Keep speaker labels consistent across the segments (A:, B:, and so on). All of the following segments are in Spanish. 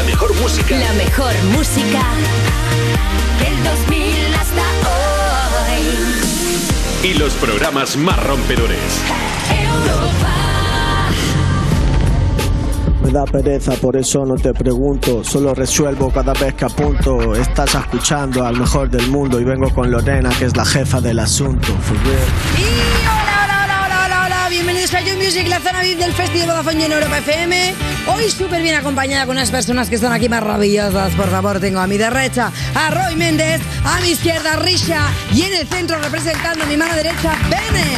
A: música.
B: La mejor música del 2000 hasta hoy.
A: Y los programas más rompedores.
C: Me da pereza, por eso no te pregunto. Solo resuelvo cada vez que apunto. Estás escuchando al mejor del mundo y vengo con Lorena, que es la jefa del asunto. For real.
D: Y hola, hola, hola, hola, hola, hola. Bienvenidos a You Music, la zona VIP del Festival Vodafone en Europa FM. Hoy súper bien acompañada con unas personas que están aquí maravillosas. Por favor, tengo a mi derecha a Roy Méndez, a mi izquierda Risha y en el centro representando a mi mano derecha Bennett.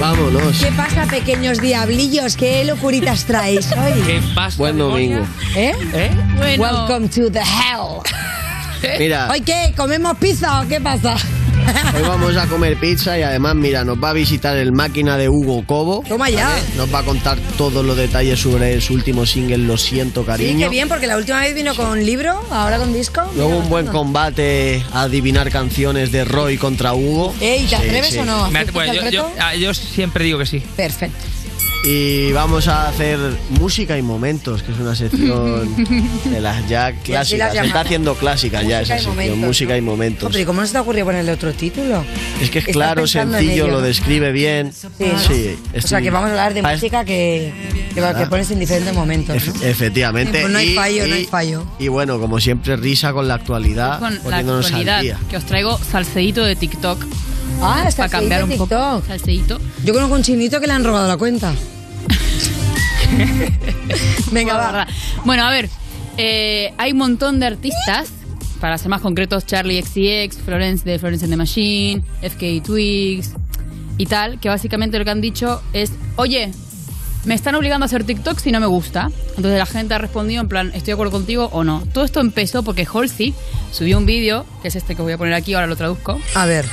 E: Vámonos.
D: ¿Qué pasa, pequeños diablillos? ¿Qué locuritas traéis hoy?
E: Buen domingo.
D: ¿Eh?
F: Bueno.
D: Welcome to the hell.
E: Mira,
D: ¿Hoy
E: hoy
D: qué? ¿Comemos pizza o qué pasa?
E: vamos a comer pizza y además, mira, nos va a visitar el máquina de Hugo Cobo.
D: Toma ya.
E: Nos va a contar todos los detalles sobre su último single, Lo siento,
D: Sí,
E: cariño.
D: qué bien, porque la última vez vino con libro, ahora con disco.
E: Luego un buen combate a adivinar canciones de Roy contra Hugo.
D: Ey, ¿te
E: Sí,
D: atreves
E: sí.
D: o no?
F: Me-
D: ¿Aceptas
F: bueno,
D: el
F: yo, yo-
D: reto?
F: ah, yo siempre digo que sí.
D: Perfecto.
E: Y vamos a hacer música y momentos, que es una sección de las ya clásicas.
D: Pues las
E: Se está
D: llamadas.
E: haciendo clásica ya
D: Música
E: esa
D: y
E: sección,
D: momentos,
E: música
D: ¿no?
E: y momentos.
D: No, pero ¿y cómo nos te ocurrió ponerle otro título?
E: Es que es
D: Estás
E: claro,
D: pensando en
E: sencillo,
D: ello,
E: lo
D: ¿no?
E: describe bien. Sí,
D: ¿no? O sea,
E: estoy-
D: que vamos a hablar de
E: Ah, es-
D: música que, que, que
E: Ah.
D: pones en diferentes momentos, ¿no?
E: Efe- Efectivamente.
D: Eh, pues no hay
E: Y-
D: fallo, no
E: y-
D: hay fallo.
E: Y bueno, como siempre, risa con la actualidad,
F: Con la
E: Ah, poniéndonos al
F: actualidad,
E: día.
F: que os traigo salseíto de TikTok.
D: Ah, está
F: para cambiar un poco. Salseíto.
D: Yo conozco un chinito que le han robado la cuenta. Venga, va.
G: Bueno, a ver, eh, hay un montón de artistas, para ser más concretos, Charlie XCX, Florence de Florence and the Machine, FK Twigs y tal, que básicamente lo que han dicho es, oye, me están obligando a hacer TikTok si no me gusta. Entonces la gente ha respondido en plan, ¿estoy de acuerdo contigo o no? Todo esto empezó porque Halsey subió un vídeo, que es este que os voy a poner aquí, ahora lo traduzco,
D: A ver.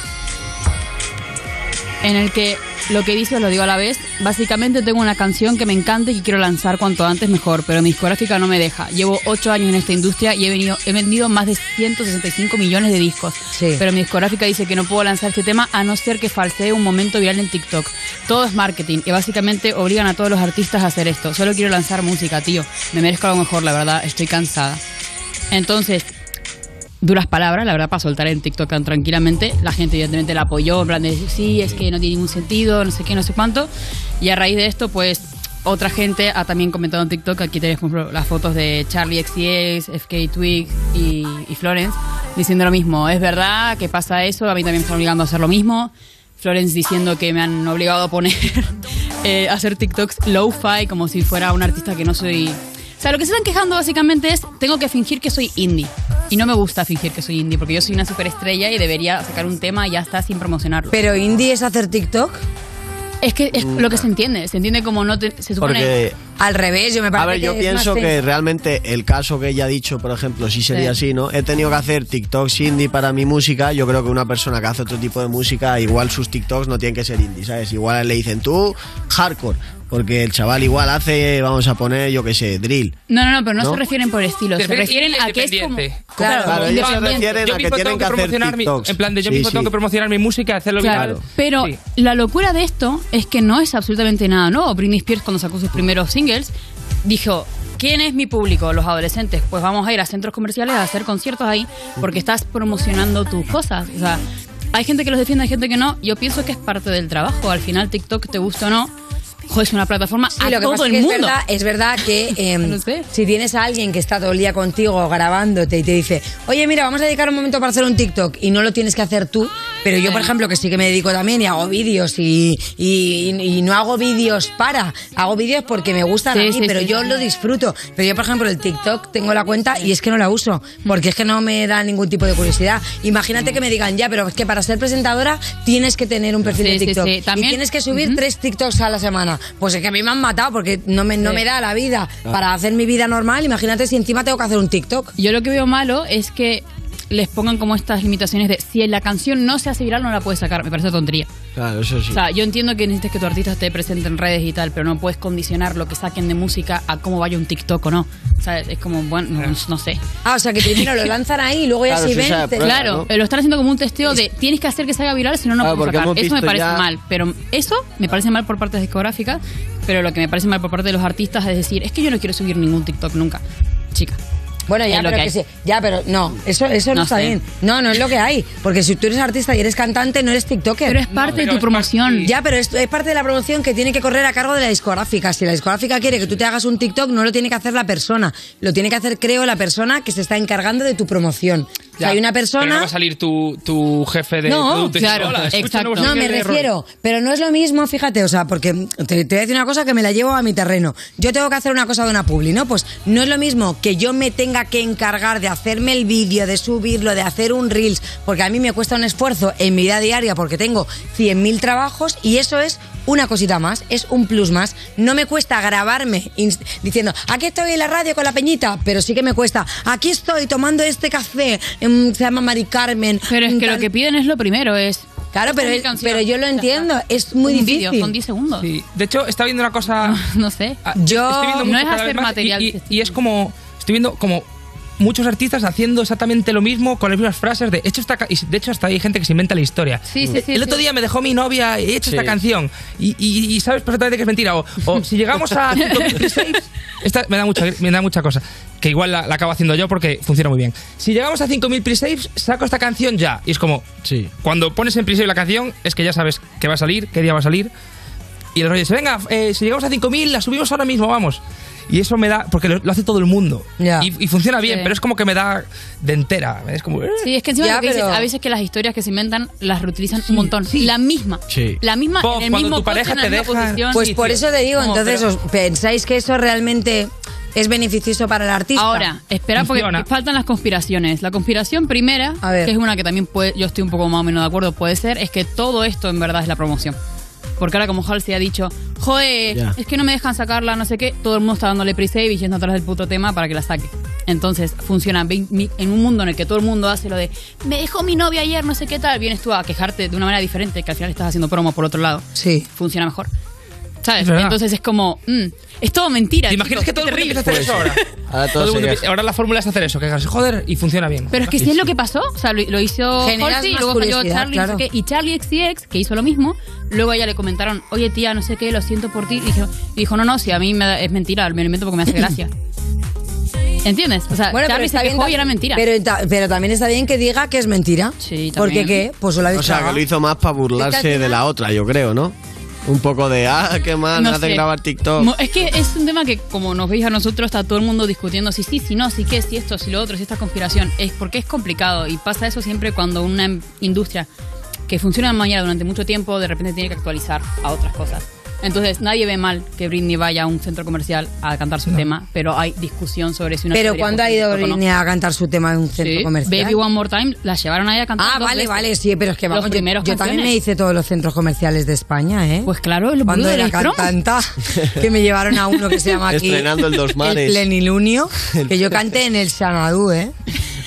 G: en el que lo que dice os lo digo a la vez. Básicamente tengo una canción que me encanta y que quiero lanzar cuanto antes mejor, pero mi discográfica no me deja. Llevo 8 años en esta industria y he, venido, he vendido más de 165 millones de discos.
D: Sí.
G: Pero mi discográfica dice que no puedo lanzar este tema a no ser que falsee un momento viral en TikTok. Todo es marketing y básicamente obligan a todos los artistas a hacer esto. Solo quiero lanzar música, tío. Me merezco algo mejor, la verdad. Estoy cansada. Entonces, duras palabras, la verdad, para soltar en TikTok tan tranquilamente. La gente, evidentemente, la apoyó, en plan de sí, es que no tiene ningún sentido, no sé qué, no sé cuánto. Y a raíz de esto, pues, otra gente ha también comentado en TikTok. Aquí tenemos, por ejemplo, las fotos de Charlie XCX, FK Twig y, y Florence diciendo lo mismo. Es verdad que pasa eso, a mí también me están obligando a hacer lo mismo. Florence diciendo que me han obligado a poner, eh, a hacer TikToks low-fi como si fuera un artista que no soy. O sea, lo que se están quejando básicamente es tengo que fingir que soy indie. Y no me gusta fingir que soy indie porque yo soy una superestrella y debería sacar un tema y ya está sin promocionarlo.
D: ¿Pero indie es hacer TikTok?
G: es que es lo que se entiende. Se entiende como no te- se supone.
E: Porque,
D: Al revés, yo me
E: a
D: parece
E: ver, yo
D: que es más
E: pienso que
D: sen-
E: realmente el caso que ella ha dicho, por ejemplo, si sería
G: Sí.
E: así, ¿no? He tenido que hacer TikToks indie para mi música. Yo creo que una persona que hace otro tipo de música, igual sus TikToks no tienen que ser indie, ¿sabes? Igual le dicen tú, hardcore. Porque el chaval igual hace, vamos a poner, yo qué sé, drill.
G: No, no, no, pero no,
E: ¿No?
G: se refieren por estilo. Se
F: Prefiero
G: refieren a que es como.
F: independiente.
D: Claro,
E: Claro, ellos se
G: independiente.
E: refieren
F: Yo
E: a que
F: mismo
E: tienen
F: tengo
E: que
F: que
E: hacer
F: promocionar mi,
E: TikToks.
F: en plan de yo
E: Sí,
F: mismo tengo
E: sí.
F: que promocionar mi música y hacerlo
G: Claro,
F: viral.
G: pero
F: Sí.
G: la locura de esto es que no es absolutamente nada nuevo. Britney Spears cuando sacó sus primeros singles dijo, ¿quién es mi público? Los adolescentes. Pues vamos a ir a centros comerciales a hacer conciertos ahí porque estás promocionando tus cosas. O sea, hay gente que los defiende, hay gente que no. Yo pienso que es parte del trabajo. Al final TikTok, te gusta o no, jo, es una plataforma
D: Sí,
G: a
D: lo que
G: todo
D: pasa
G: el
D: es que
G: mundo.
D: Es verdad, es verdad que eh,
G: No sé.
D: si tienes a alguien que está todo el día contigo grabándote y te dice, oye, mira, vamos a dedicar un momento para hacer un TikTok y no lo tienes que hacer tú, pero yo, por ejemplo, que sí que me dedico también y hago vídeos y, y- y no hago vídeos para, hago vídeos porque me gustan a
G: Sí,
D: mí,
G: sí,
D: pero
G: sí,
D: yo
G: sí.
D: lo disfruto. Pero yo, por ejemplo, el TikTok tengo la cuenta y es que no la uso
G: Hmm.
D: porque es que no me da ningún tipo de curiosidad. Imagínate que me digan, ya, pero es que para ser presentadora tienes que tener un perfil
G: Sí,
D: de
G: sí,
D: TikTok
G: sí.
D: y
G: También-
D: tienes que
G: ¿Mm?
D: subir tres TikToks a la semana. Pues es que a mí me han matado porque no me, no
G: Sí.
D: me da la vida para hacer mi vida normal. Imagínate si encima tengo que hacer un TikTok.
G: Yo lo que veo malo es que les pongan como estas limitaciones de si la canción no se hace viral no la puedes sacar. Me parece tontería.
E: Claro, eso sí.
G: O sea, yo entiendo que necesitas que tu artista esté presente en redes y tal, pero no puedes condicionar lo que saquen de música a cómo vaya un TikTok o no. O sea, es como, bueno, no, no sé.
D: Ah, o sea que primero lo lanzan ahí y luego ya
E: Claro,
D: si
E: sí,
D: ven.
E: sabe,
D: te-
E: prueba.
G: Claro, eh, lo están haciendo como un testeo de tienes que hacer que salga viral si no, no
E: Claro,
G: lo puedes
E: porque
G: sacar.
E: hemos
G: Eso me
E: visto
G: parece
E: ya-
G: mal, pero eso me parece mal por parte de discográficas, pero lo que me parece mal por parte de los artistas es decir, es que yo no quiero subir ningún TikTok nunca, chica.
D: Bueno, ya,
G: Es lo
D: pero
G: que
D: que
G: hay.
D: sí. Ya, pero no, eso, eso no,
G: No
D: está
G: sé.
D: bien. No, no es lo que hay. Porque si tú eres artista y eres cantante, no eres TikToker.
G: Pero es parte de tu promoción.
D: Ya, pero es, es parte de la promoción que tiene que correr a cargo de la discográfica. Si la discográfica quiere que tú te hagas un TikTok, no lo tiene que hacer la persona. Lo tiene que hacer, creo, la persona que se está encargando de tu promoción. O sea,
F: Ya,
D: hay una
F: Pero no va
D: persona.
F: a salir tu, tu jefe de
D: No,
F: producto y decir,
G: claro,
F: "Hola, escucha
G: exacto.
F: nuevos
D: No, me
F: singles de Roy".
D: refiero, pero no es lo mismo, fíjate, o sea, porque te, te voy a decir una cosa que me la llevo a mi terreno. Yo tengo que hacer una cosa de una publi, ¿no? Pues no es lo mismo que yo me tenga que encargar de hacerme el vídeo, de subirlo, de hacer un reels, porque a mí me cuesta un esfuerzo en mi vida diaria porque tengo 100.000 trabajos y eso es una cosita más, es un plus más. No me cuesta grabarme ins- diciendo, aquí estoy en la radio con la peñita, pero sí que me cuesta, aquí estoy tomando este café, em, se llama Mari Carmen.
G: Pero es que lo
D: tal".
G: que piden es lo primero, es...
D: Claro, pero,
G: mi
D: es-
G: canción.
D: pero yo lo
G: Ya está.
D: entiendo, es muy
G: un
D: difícil.
G: vídeo con 10 segundos.
F: Sí. De hecho, está viendo una cosa.
G: No sé.
F: Ah,
D: Yo-
F: estoy
G: No
F: viendo mucho
G: es
F: cada
G: hacer
F: vez más y-
G: material,
F: Y,
G: se está
F: y es como. Estoy viendo como. Muchos artistas haciendo exactamente lo mismo con las mismas frases de hecho esta ca- y de hecho hasta hay gente que se inventa la historia.
G: Sí, sí, sí,
F: el otro
G: sí.
F: día me dejó mi novia he hecho
E: Sí.
F: esta canción y, y- y sabes perfectamente que es mentira o, o si llegamos a 5.000 pre-saves- esta me da mucha me da mucha cosa que igual la, la acabo haciendo yo porque funciona muy bien. Si llegamos a 5000 pre-saves saco esta canción ya y es como
E: Sí.
F: cuando pones en pre-save la canción es que ya sabes que va a salir qué día va a salir y el rollo dice, venga, eh, si llegamos a 5.000, la subimos ahora mismo, vamos. Y eso me da, porque lo, lo hace todo el mundo.
D: Ya.
F: Y, y funciona bien,
G: Sí.
F: pero es como que me da de entera. Es como... eh.
G: Sí, es que encima
D: Ya,
G: lo que dices,
D: pero-
G: a veces que las historias que se inventan las reutilizan un montón. La misma.
E: Sí.
G: La misma
F: Pof,
G: en el
F: cuando
G: mismo
F: tu pareja
G: coche, en
F: te
G: la misma
F: deja-
G: posición.
D: Pues
F: Sí,
D: por
F: tío.
D: eso te digo,
F: No,
D: entonces,
F: pero-
D: ¿os ¿pensáis que eso realmente es beneficioso para el artista?
G: Ahora, espera porque
F: Funciona.
G: faltan las conspiraciones. La conspiración primera,
D: A ver.
G: que es una que también puede, yo estoy un poco más o menos de acuerdo, puede ser, es que todo esto en verdad es la promoción. Porque ahora como Halsey ha dicho, joe,
E: Ya.
G: es que no me dejan sacarla, no sé qué, todo el mundo está dándole pre-save y yendo atrás del puto tema para que la saque. Entonces funciona vein- mi- en un mundo en el que todo el mundo hace lo de, me dejó mi novia ayer, no sé qué tal, vienes tú a quejarte de una manera diferente, que al final estás haciendo promo por otro lado.
D: Sí.
G: Funciona mejor. ¿Sabes?
F: Es verdad.
G: Entonces es como, mm, es todo mentira.
F: ¿Te
G: chicos,
F: imaginas que todo
G: qué
F: el mundo
G: terrible.
F: empieza a hacer eso ahora?
E: Pues Ahora todo
F: Todo el mundo
E: se
F: empieza-
E: queja.
F: ahora la fórmula es hacer eso, que digas, joder, y funciona bien.
G: Pero es que si es lo que pasó, o sea, lo, lo hizo
D: Generas
G: Halsey,
D: más
G: luego salió
D: curiosidad,
G: Charlie,
D: claro.
G: no sé qué, y Charlie XCX, que hizo lo mismo, luego a ella le comentaron, oye tía, no sé qué, lo siento por ti, y dijo, y dijo no, no, si a mí me da- es mentira, me lo invento porque me hace gracia. ¿Entiendes? O sea,
D: Bueno, pero
G: Charlie se
D: está bien
G: quejó y
D: tam-
G: era mentira.
D: Pero, ta- pero también está bien que diga que es mentira.
G: Sí, también.
D: Porque qué, pues lo habéis
E: O sea, que
D: cagado.
E: lo hizo más para burlarse de la otra, yo creo, ¿no? Un poco de, ah, qué mal,
G: No
E: no hace
G: sé.
E: grabar TikTok.
G: Mo- Es que es un tema que, como nos veis a nosotros, está todo el mundo discutiendo si sí, si no, si qué, si esto, si lo otro, si esta conspiración. Es porque es complicado y pasa eso siempre cuando una em- industria que funciona de una manera durante mucho tiempo, de repente tiene que actualizar a otras cosas. Entonces, nadie ve mal que Britney vaya a un centro comercial a cantar su tema, pero hay discusión sobre si una
D: Pero
G: teoría
D: cuando ha
G: positivo
D: ido
G: o no.
D: Britney a cantar su tema en un centro
G: Sí,
D: comercial.
G: Baby One More Time la llevaron ahí a cantar.
D: ah,
G: dos
D: vale,
G: veces.
D: vale, sí, pero es que
G: Los
D: vamos, yo,
G: primeros
D: yo también me
G: canciones.
D: hice todos los centros comerciales de España, ¿eh?
G: Pues claro, los
D: cuando
G: boludos
D: era
G: del cromo.
D: cantanta, que me llevaron a uno que se llama aquí
E: Estrenando el Dos Mares.
D: el Plenilunio, que yo canté en el Xanadu, ¿eh?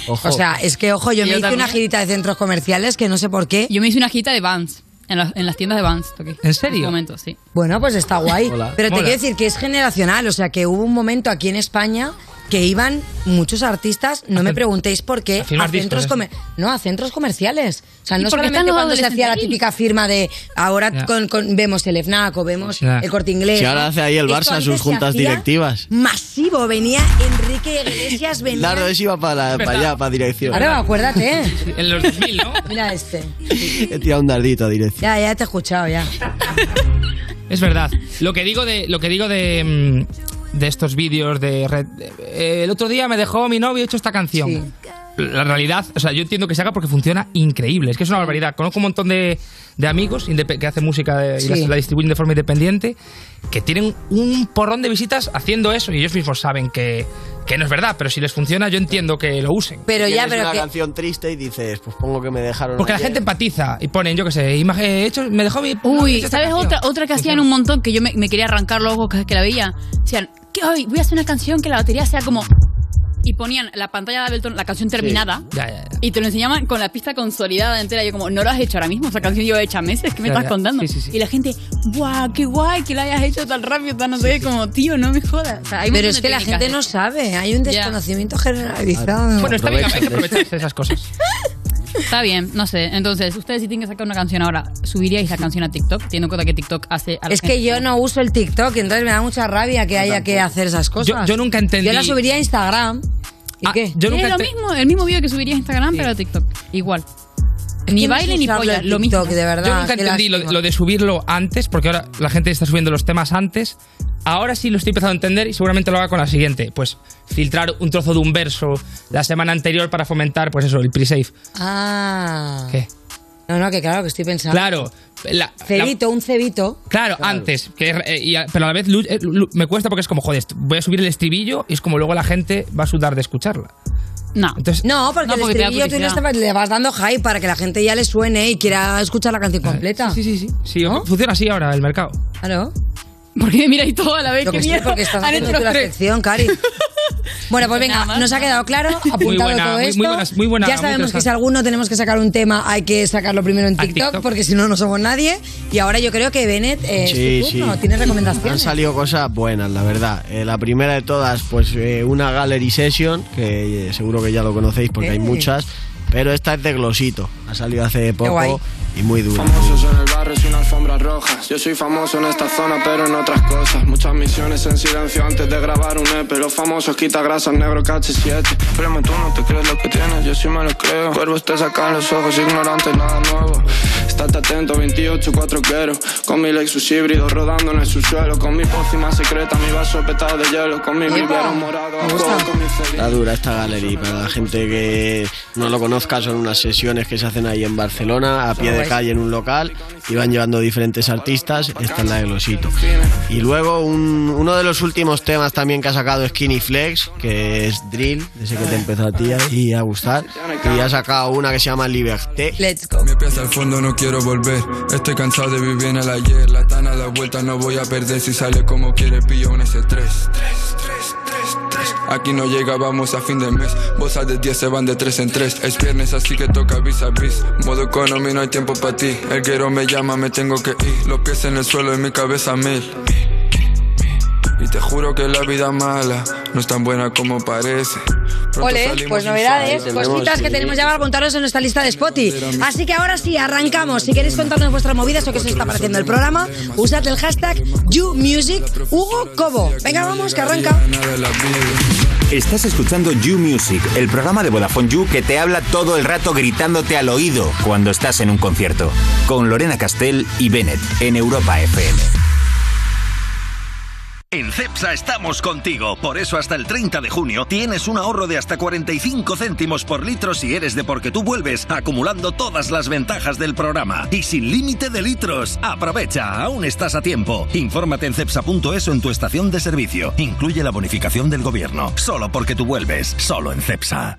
E: Ojo.
D: O sea, es que ojo, yo,
G: Yo
D: me hice
G: también.
D: una girita de centros comerciales que no sé por qué.
G: Yo me hice una gita de Vans, en, las- en las tiendas de Vans. toqué.
F: ¿En serio?
G: En su momento, sí.
D: Bueno, pues está guay.
E: Hola.
D: Pero te
F: Mola.
D: quiero decir que es generacional, o sea, que hubo un momento aquí en España que iban muchos artistas, no me preguntéis por qué,
F: a firmar
D: a centros,
F: discos, ¿eh?
D: comer- no, a centros comerciales. O sea,
G: ¿Y
D: no
G: por qué
D: solamente
G: están los
D: cuando se hacía la
G: adolescentes ahí?
D: típica firma de ahora
F: Ya.
D: con- con- vemos el FNAC o vemos
F: Ya.
D: el Corte Inglés.
E: Si ahora
D: ¿no?
E: hace ahí el
D: eh, Esto
E: Barça
D: antes
E: sus
D: se
E: juntas
D: hacía
E: directivas.
D: Masivo, venía Enrique Iglesias, venía...
E: Lardo ese iba para, para allá, para dirección.
D: Ahora acuérdate.
F: En los 2000, ¿no?
D: Mira este.
E: He tirado un dardito a dirección.
D: Ya, ya te he escuchado, ya.
F: Es verdad. Lo que digo de, lo que digo de, mm, de estos vídeos de red. eh, el otro día me dejó mi novio hecho esta canción.
D: Sí.
F: La realidad, o sea, yo entiendo que se haga porque funciona increíble. Es que es una barbaridad. Conozco un montón de, de amigos indepe- que hacen música de- y
D: Sí.
F: las- la, distribuyen de forma independiente que tienen un porrón de visitas haciendo eso y ellos mismos saben que, que no es verdad, pero si les funciona, yo entiendo que lo usen.
D: Pero ya,
E: Tienes
D: pero
E: una
D: que...
E: canción triste y dices, pues pongo que me dejaron.
F: Porque la
E: ayer.
F: gente empatiza y ponen, yo qué sé, imag- eh, hecho, me dejó mi.
G: Uy,
F: hecho esta
G: ¿sabes
F: canción.
G: otra, otra que hacían un montón que yo me, me quería arrancar luego que, que la veía? Decían, que hoy voy a hacer una canción que la batería sea como... Y ponían la pantalla de Ableton, la canción terminada.
F: Ya, ya, ya.
G: Y te lo enseñaban con la pista consolidada entera. Yo como, no lo has hecho ahora mismo. Esa canción lleva hecha meses. ¿Qué me
F: Ya,
G: estás
F: ya.
G: contando?
F: Sí, sí, sí.
G: Y la gente, guau, qué guay que la hayas hecho tan rápido, tan no sé. qué", Como, tío, no me jodas. O sea, hay un
D: Pero
G: montón
D: es
G: de
D: que la
G: técnicas
D: gente
G: de-
D: no sabe, hay un
G: Ya.
D: desconocimiento generalizado.
F: Bueno, está bien, hay que
E: Aprovechan de-
F: aprovecharse de esas cosas.
G: Está bien, no sé. Entonces, ustedes si tienen que sacar una canción ahora, ¿subiríais la canción a TikTok? Teniendo en cuenta que TikTok hace... a la
D: es
G: gente-
D: que yo no uso el TikTok, entonces me da mucha rabia que haya que hacer esas cosas.
F: Yo- yo nunca entendí-
D: Yo la subiría a Instagram. ¿Y
F: Ah,
D: qué?
F: Yo
G: es
F: nunca
G: lo
F: te-
G: mismo, el mismo video que subirías a Instagram, pero a TikTok. Igual. Ni
D: ¿Quién
G: baile
D: es
G: ni
D: usable
G: polla,
D: el
G: lo mismo.
D: TikTok, de verdad.
F: Yo nunca
D: qué
F: entendí lo,
D: lástima.
F: lo de subirlo antes, porque ahora la gente está subiendo los temas antes. Ahora sí lo estoy empezando a entender y seguramente lo haga con la siguiente. Pues filtrar un trozo de un verso la semana anterior para fomentar, pues eso, el pre-save.
D: Ah.
F: ¿Qué?
D: No, no, que claro, que estoy pensando.
F: Claro. la- la-
D: Cebito, un cebito.
F: claro, antes. que es- eh, y a- pero a la vez lu- eh, lu- me cuesta porque es como, joder, voy a subir el estribillo y es como luego la gente va a sudar de escucharla.
G: No.
F: Entonces,
D: No, porque,
G: No,
D: el
G: porque te da
D: estribillo tú le,
G: publicidad.
D: estabas- le vas dando hype para que la gente ya le suene y quiera escuchar la canción completa.
F: Sí, sí, sí. sí Funciona así ahora el mercado.
D: Claro.
G: Porque miráis todo a la vez.
D: Lo
G: qué
D: que sí,
G: miedo.
D: porque estás
G: Han
D: haciendo
G: hecho
D: tú la
G: tres.
D: sección, Cari. Bueno, pues venga,
G: Nada más.
D: nos ha quedado claro, apuntado
F: buena,
D: todo
F: muy- muy
D: esto.
F: buenas- muy buena,
D: ya
F: muy
D: sabemos que
F: interesante.
D: si alguno tenemos que sacar un tema, hay que sacarlo primero en
F: A
D: TikTok,
F: TikTok.
D: porque si no, no somos nadie. Y ahora yo creo que Bennett eh,
E: Sí,
D: es tu turno,
E: sí.
D: tienes
E: Han
D: recomendaciones.
E: salido cosas buenas, la verdad. Eh, la primera de todas, pues eh, una Gallery Session, que eh, seguro que ya lo conocéis porque hay
D: Eh.
E: muchas, pero esta es de Glosito. Ha salido hace
D: guay.
E: poco y muy dura.
H: Famosos en el barrio sin alfombras rojas. Yo soy famoso en esta zona, pero en otras cosas. Muchas misiones en silencio antes de grabar un EP. Los famosos quita grasas, negro cache 7. Primo, tú no te crees lo que tienes, yo sí me lo creo. Cuervos te sacan los ojos, ignorantes, nada nuevo. Estate atento, 28, 4 quiero. Con mi Lexus híbrido rodando en el subsuelo. Con mi pócima secreta, mi vaso petado de hielo. Con mi vivero morado,
D: Me gusta.
H: con mi
E: Está
H: celina.
E: dura esta galería. Para la gente que no lo conozca, son unas sesiones que se hacen ahí en Barcelona, a pie de calle en un local, y van llevando diferentes artistas. Esta es la de Glosito. Y luego, un- uno de los últimos temas también que ha sacado Skinny Flex, que es Drill, desde que te empezó a ti y a gustar. Y ha sacado una que se llama Liberté.
D: Let's go.
I: Mi pies al fondo, no quiero volver. Estoy cansado de vivir en el ayer. La tan a la vuelta, no voy a perder. Si sale como quiere, pillo un S3. Tres, tres, tres, tres. Aquí no llegábamos a fin de mes. Bolsas de 10 se van de 3 en 3. Es viernes, así que toca vis a vis. Modo economy, no hay tiempo para ti. El guero me llama, me tengo que ir. Los pies en el suelo y mi cabeza a mil. Y te juro que la vida mala no es tan buena como parece. Pronto
D: Ole,
I: salimos
D: pues
I: sin
D: novedades,
E: tenemos,
D: cositas que
E: sí.
D: tenemos ya para contaros en nuestra lista de Spotify. Así que ahora sí, arrancamos. Si queréis contarnos vuestras movidas o qué se está pareciendo el programa, usad el hashtag YouMusic Hugo Cobo. Venga, vamos, que arranca.
I: nada la vida.
J: Estás escuchando You Music, el programa de Vodafone You que te habla todo el rato gritándote al oído cuando estás en un concierto. Con Lorena Castell y Bennett en Europa FM.
A: En CEPSA estamos contigo, por eso hasta el 30 de junio tienes un ahorro de hasta 45 céntimos por litro si eres de porque tú vuelves, acumulando todas las ventajas del programa y sin límite de litros. Aprovecha, aún estás a tiempo. Infórmate en cepsa.es o en tu estación de servicio. Incluye la bonificación del gobierno, solo porque tú vuelves, solo en CEPSA.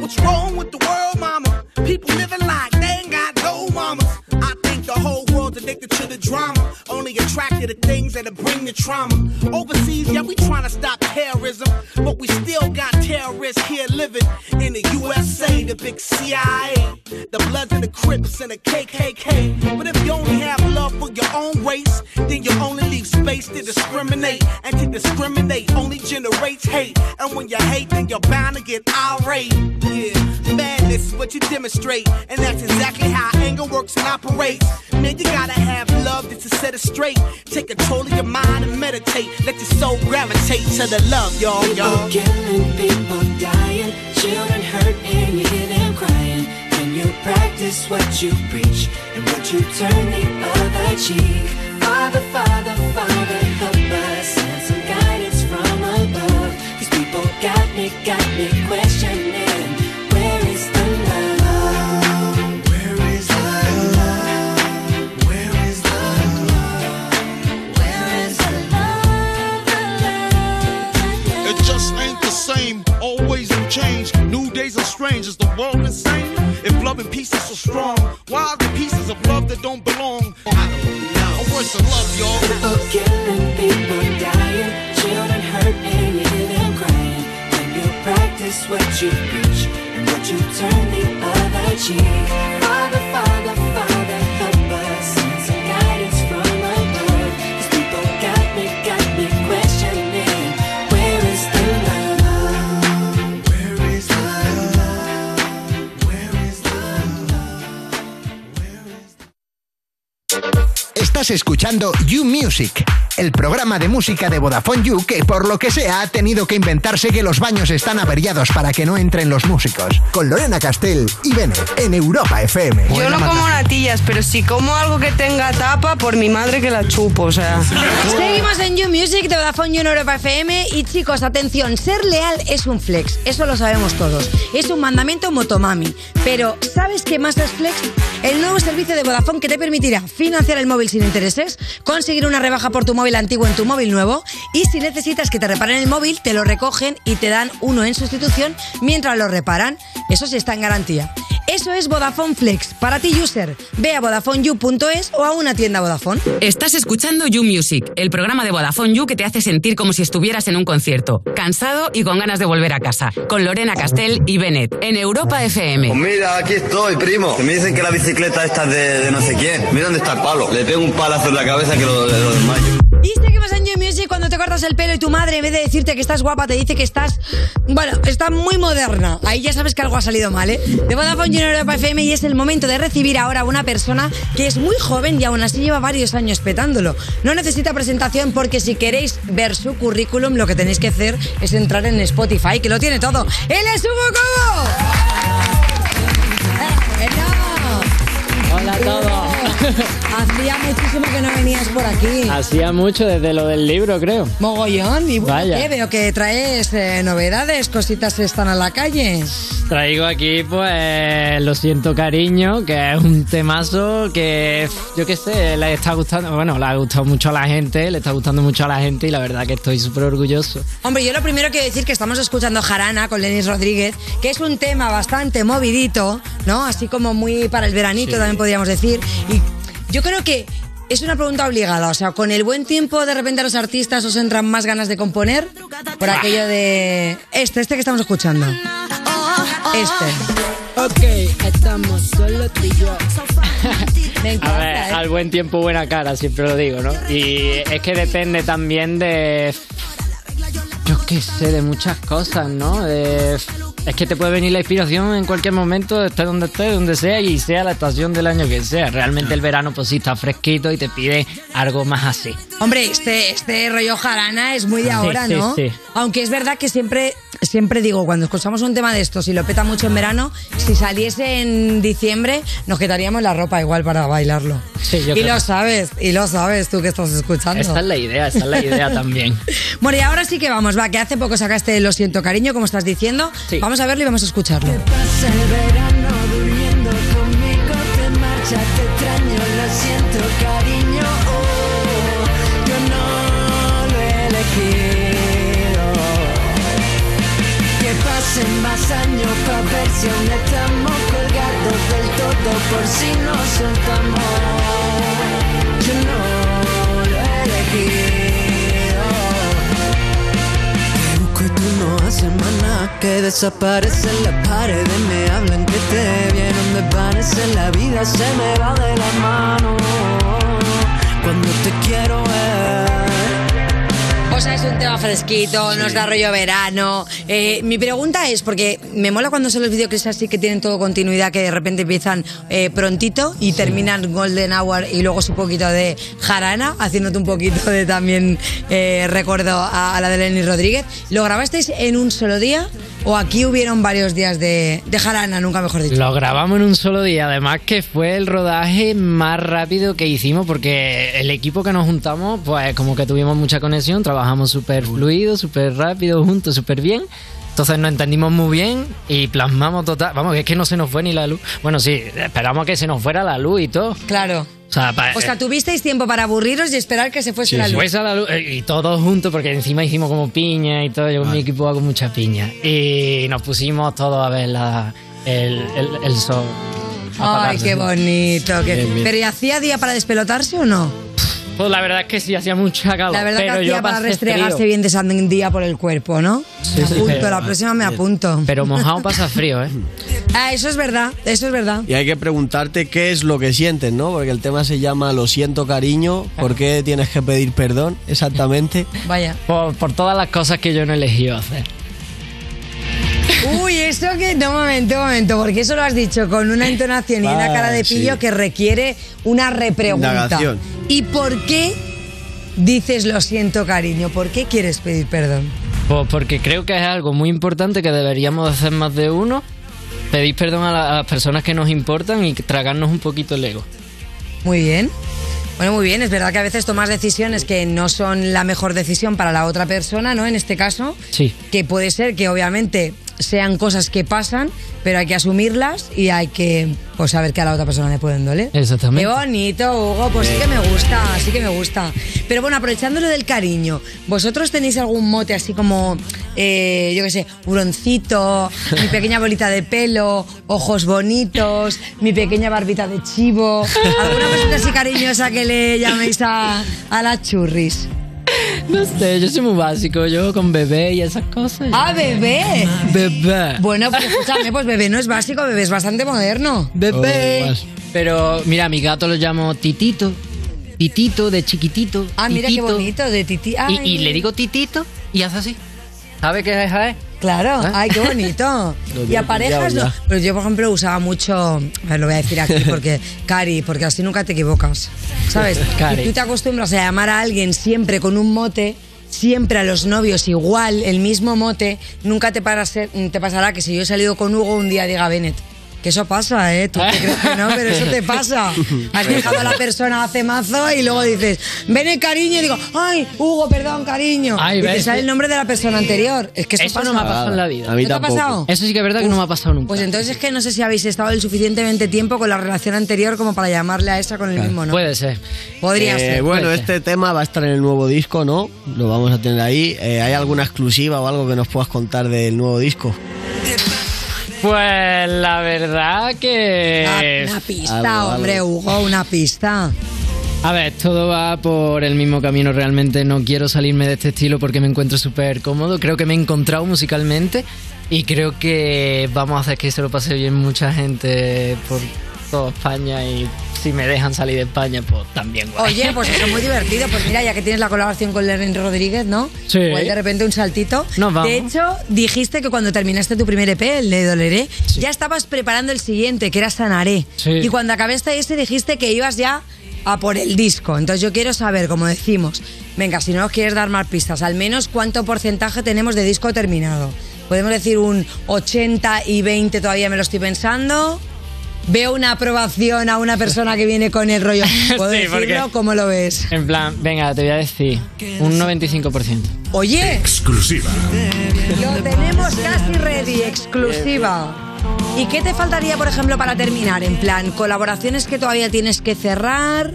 H: What's wrong with the world, mama? People living like they ain't got no mamas. I think the whole world's addicted to the drama. Only attracted to things that'll bring the trauma. Overseas, yeah, we tryna stop terrorism. But we still got terrorists here living in the USA, the big CIA. The Bloods and the Crips and the KKK. But if you only have love for your own race, then you only leave space to discriminate. And to discriminate only generates hate. And when you hate, then you're bound to get irate. Yeah, madness is what you demonstrate. And that's exactly how anger works and operates. Man, you gotta have love just to set it straight. Take control of your mind and meditate. Let your soul gravitate to the love, y'all, y'all.
K: killing, people dying, children hurt and you hear them crying. When you practice what you preach and what you turn the other cheek. Father, Father, Father, help us send some guidance from above. These people got me, got me questioning. Where is the love? Where is the love? Where is the love? Where is the love? The love?
H: It just ain't the same. Always in change. New days are strange. Is the world insane? If love and peace is so strong, why are the pieces of love that don't
K: practice what you preach and what you turn the other cheek. Father, Father, Father, help us. Send some guidance from above. 'Cause people got me, got me questioning. Where is the love? Where is the love? Where is the
L: Estás escuchando You Music, el programa de música de Vodafone You que por lo que sea ha tenido que inventarse que los baños están averiados para que no entren los músicos. Con Lorena Castell y Bennett en Europa FM.
M: Yo no como natillas, pero si como algo que tenga tapa, por mi madre que la chupo, o sea.
D: Seguimos en You Music de Vodafone You en Europa FM y chicos, atención, ser leal es un flex, eso lo sabemos todos. Es un mandamiento motomami, pero ¿sabes qué más es flex? El nuevo servicio de Vodafone que te permitirá financiar el móvil sin intereses, conseguir una rebaja por tu móvil antiguo en tu móvil nuevo y si necesitas que te reparen el móvil, te lo recogen y te dan uno en sustitución mientras lo reparan. Eso sí está en garantía. Eso es Vodafone Flex. Para ti, user, ve a vodafoneyou.es o a una tienda Vodafone.
N: Estás escuchando You Music, el programa de Vodafone You que te hace sentir como si estuvieras en un concierto, cansado y con ganas de volver a casa, con Lorena Castell y Bennett, en Europa FM.
O: Pues mira, aquí estoy, primo. Que Me dicen que la bicicleta esta es de, de no sé quién. Mira dónde está el palo. Le pego un palazo en la cabeza que lo, lo desmayo.
D: Y seguimos en You Music cuando te cortas el pelo y tu madre, en vez de decirte que estás guapa, te dice que estás. Bueno, está muy moderna. Ahí ya sabes que algo ha salido mal, ¿eh? De Vodafone You en Europa FM y es el momento de recibir ahora a una persona que es muy joven y aún así lleva varios años petándolo. No necesita presentación porque si queréis ver su currículum, lo que tenéis que hacer es entrar en Spotify, que lo tiene todo. ¡Él es Hugo Cobo!
P: Hola a todos.
D: Hacía muchísimo que no venías por aquí.
P: Hacía mucho desde lo del libro, creo.
D: Mogollón, y bueno,
P: Vaya.
D: ¿qué? veo que traes eh, novedades, cositas están a la calle.
P: Traigo aquí, pues, Lo siento cariño, que es un temazo que, yo qué sé, le está gustando, bueno, le ha gustado mucho a la gente, le está gustando mucho a la gente y la verdad que estoy súper orgulloso.
D: Hombre, yo lo primero quiero decir que estamos escuchando Jarana con Lenis Rodríguez, que es un tema bastante movidito, ¿no? Así como muy para el veranito,
P: Sí.
D: también podríamos decir. Y yo creo que es una pregunta obligada. O sea, con el buen tiempo, de repente a los artistas os entran más ganas de componer por
P: Ah.
D: aquello de. Este, este que estamos escuchando. Este.
P: Ok, estamos solo tú y yo.
D: Me
P: A
D: encanta.
P: ver,
D: ¿eh?
P: al buen tiempo, buena cara, siempre lo digo, ¿no? Y es que depende también de. Yo qué sé, de muchas cosas, ¿no? De- es que te puede venir la inspiración en cualquier momento, esté donde esté, donde sea, y sea la estación del año que sea. Realmente el verano, pues sí, está fresquito y te pide algo más así.
D: Hombre, este, este rollo jarana es muy de ahora,
P: sí,
D: ¿no?
P: sí.
D: Aunque es verdad que siempre, siempre digo, cuando escuchamos un tema de estos y lo peta mucho en verano, si saliese en diciembre, nos quitaríamos la ropa igual para bailarlo.
P: Sí, yo
D: y
P: creo
D: lo
P: que-
D: sabes, y lo sabes tú que estás escuchando.
P: Esa es la idea, esa es la idea también.
D: Bueno, y ahora sí que vamos, va, que hace poco sacaste Lo siento, cariño, como estás diciendo. Vamos a verlo y vamos a escucharlo.
K: Pasa el verano durmiendo conmigo, te marcha, te extraño, lo siento, cariño. Oh, yo no lo he elegido. Que pasen más años para ver si aún estamos colgados del todo por si nos soltamos. Yo no lo he elegido. Busco y tú no hace más nada que desaparecen las paredes. Me hablan que te vieron, me parece la vida se me va de la mano. Cuando te quiero ver,
D: O sea, es un tema fresquito, nos da rollo verano. Eh, mi pregunta es, porque me mola cuando son los videoclips así que tienen todo continuidad, que de repente empiezan eh, prontito y terminan Golden Hour y luego su poquito de jarana, haciéndote un poquito de también eh, recuerdo a, a la de Lenny Rodríguez. ¿Lo grabasteis en un solo día o aquí hubieron varios días de, de jarana, nunca mejor dicho?
P: Lo grabamos en un solo día, además que fue el rodaje más rápido que hicimos porque el equipo que nos juntamos, pues como que tuvimos mucha conexión, trabajamos súper fluido, súper rápido, juntos, súper bien. Entonces nos entendimos muy bien y plasmamos total. Vamos, que es que no se nos fue ni la luz. Bueno, sí, esperamos que se nos fuera la luz y todo.
D: Claro.
P: O sea, pa-
D: O sea, tuvisteis tiempo para aburriros y esperar que se fuese la luz.
P: pues a la luz, eh, Y todos juntos, porque encima hicimos como piña y todo. Yo con mi equipo hago mucha piña. Y nos pusimos todos a ver la- el, el- el sol.
D: Ay,
P: apagarse.
D: qué bonito. qué-
P: Bien, bien.
D: ¿Pero y hacía día para despelotarse o no?
P: Pues la verdad es que sí, hacía mucha calor.
D: La verdad
P: pero
D: que
P: yo
D: hacía para
P: pasé
D: restregarse
P: frío.
D: bien de sandía por el cuerpo, ¿no?
P: Sí,
D: me
P: sí,
D: apunto,
P: pero-
D: la próxima me apunto.
P: Pero mojado pasa frío, ¿eh?
D: Ah, eso es verdad, eso es verdad.
E: Y hay que preguntarte qué es lo que sientes, ¿no? Porque el tema se llama Lo siento cariño, ¿por qué tienes que pedir perdón exactamente?
D: Vaya.
P: Por, por todas las cosas que yo no he elegido hacer.
D: Uy, eso que. No, un momento, un momento, porque eso lo has dicho con una entonación y una
E: Ah,
D: cara de pillo
E: sí.
D: que requiere una repregunta.
E: Indagación.
D: ¿Y por qué dices lo siento, cariño? ¿Por qué quieres pedir perdón?
P: Pues porque creo que es algo muy importante que deberíamos hacer más de uno. Pedir perdón a, la- a las personas que nos importan y tragarnos un poquito el ego.
D: Muy bien. Bueno, muy bien, es verdad que a veces tomas decisiones que no son la mejor decisión para la otra persona, ¿no? En este caso,
P: Sí.
D: que puede ser que obviamente sean cosas que pasan, pero hay que asumirlas y hay que pues, saber que a la otra persona le pueden doler.
P: Exactamente.
D: Qué bonito, Hugo, pues sí que me gusta, sí que me gusta. Pero bueno, aprovechando lo del cariño, ¿vosotros tenéis algún mote así como, eh, yo qué sé, huroncito, mi pequeña bolita de pelo, ojos bonitos, mi pequeña barbita de chivo? ¿Alguna cosita así cariñosa que le llaméis a, a las churris?
P: No sé, yo soy muy básico, yo con bebé y esas cosas.
D: ¡Ah, bebé!
P: Bebé.
D: Bueno, pues escúchame, pues bebé no es básico, bebé es bastante moderno.
P: Oh, vas. Pero mira, a mi gato lo llamo Titito. Titito de chiquitito.
D: Ah, mira qué
P: Titito.
D: bonito, de titi.
P: Y,
D: Ay.
P: y le digo Titito y hace así. ¿Sabe qué es jae?
D: Claro,
P: ¿Eh?
D: ay, qué bonito.
P: Lo
D: y
P: tengo
D: a parejas
P: pillado
D: no.
P: ya.
D: Pero yo, por ejemplo, usaba mucho. a ver, lo voy a decir aquí porque. Cari, porque así nunca te equivocas. ¿Sabes?
P: Cari.
D: Y tú te acostumbras a llamar a alguien siempre con un mote. Siempre a los novios igual, el mismo mote. Nunca te, paras- te pasará que si yo he salido con Hugo un día diga Bennett. Que eso pasa, ¿eh? Tú te crees que no, pero eso te pasa. Has dejado a la persona hace mazo y luego dices, Bennett, cariño. Y digo, ay, Hugo, perdón, cariño.
P: Ay,
D: y te
P: ves.
D: sale el nombre de la persona anterior. Es que eso,
P: Eso no me ha pasado en la vida. A mí
D: ¿No te ha
P: tampoco.
D: pasado?
P: Eso sí que es verdad que no me ha pasado nunca.
D: Pues entonces es que no sé si habéis estado el suficientemente tiempo con la relación anterior como para llamarle a esa con el mismo nombre.
P: Puede ser.
D: Podría
E: Eh,
D: ser.
E: Bueno,
D: puede
E: este tema va a estar en el nuevo disco, ¿no? Lo vamos a tener ahí. Eh, ¿Hay alguna exclusiva o algo que nos puedas contar del nuevo disco?
P: Pues la verdad que.
D: Una pista, hombre, Hugo, una pista.
P: A ver, todo va por el mismo camino realmente. No quiero salirme de este estilo porque me encuentro súper cómodo. Creo que me he encontrado musicalmente y creo que vamos a hacer que se lo pase bien mucha gente por toda España y si me dejan salir de España, pues también. guay.
D: Oye, pues eso es muy divertido. Pues mira, ya que tienes la colaboración con Lenin Rodríguez, ¿no?
P: Sí.
D: Igual de repente un saltito.
P: Nos vamos.
D: De hecho, dijiste que cuando terminaste tu primer EP, el de Doleré, ya estabas preparando el siguiente, que era Sanaré.
P: Sí.
D: Y cuando acabaste ese, dijiste que ibas ya a por el disco. Entonces yo quiero saber, como decimos, venga, si no nos quieres dar más pistas, al menos cuánto porcentaje tenemos de disco terminado. Podemos decir un 80 y 20, todavía me lo estoy pensando. Veo una aprobación a una persona que viene con el rollo. ¿Puedo
P: Sí,
D: decirlo?
P: porque-
D: ¿Cómo lo ves?
P: En plan, venga, te voy a decir un 95%.
D: Oye,
P: Exclusiva.
D: lo tenemos casi ready, exclusiva. ¿Y qué te faltaría, por ejemplo, para terminar? En plan, colaboraciones que todavía tienes que cerrar,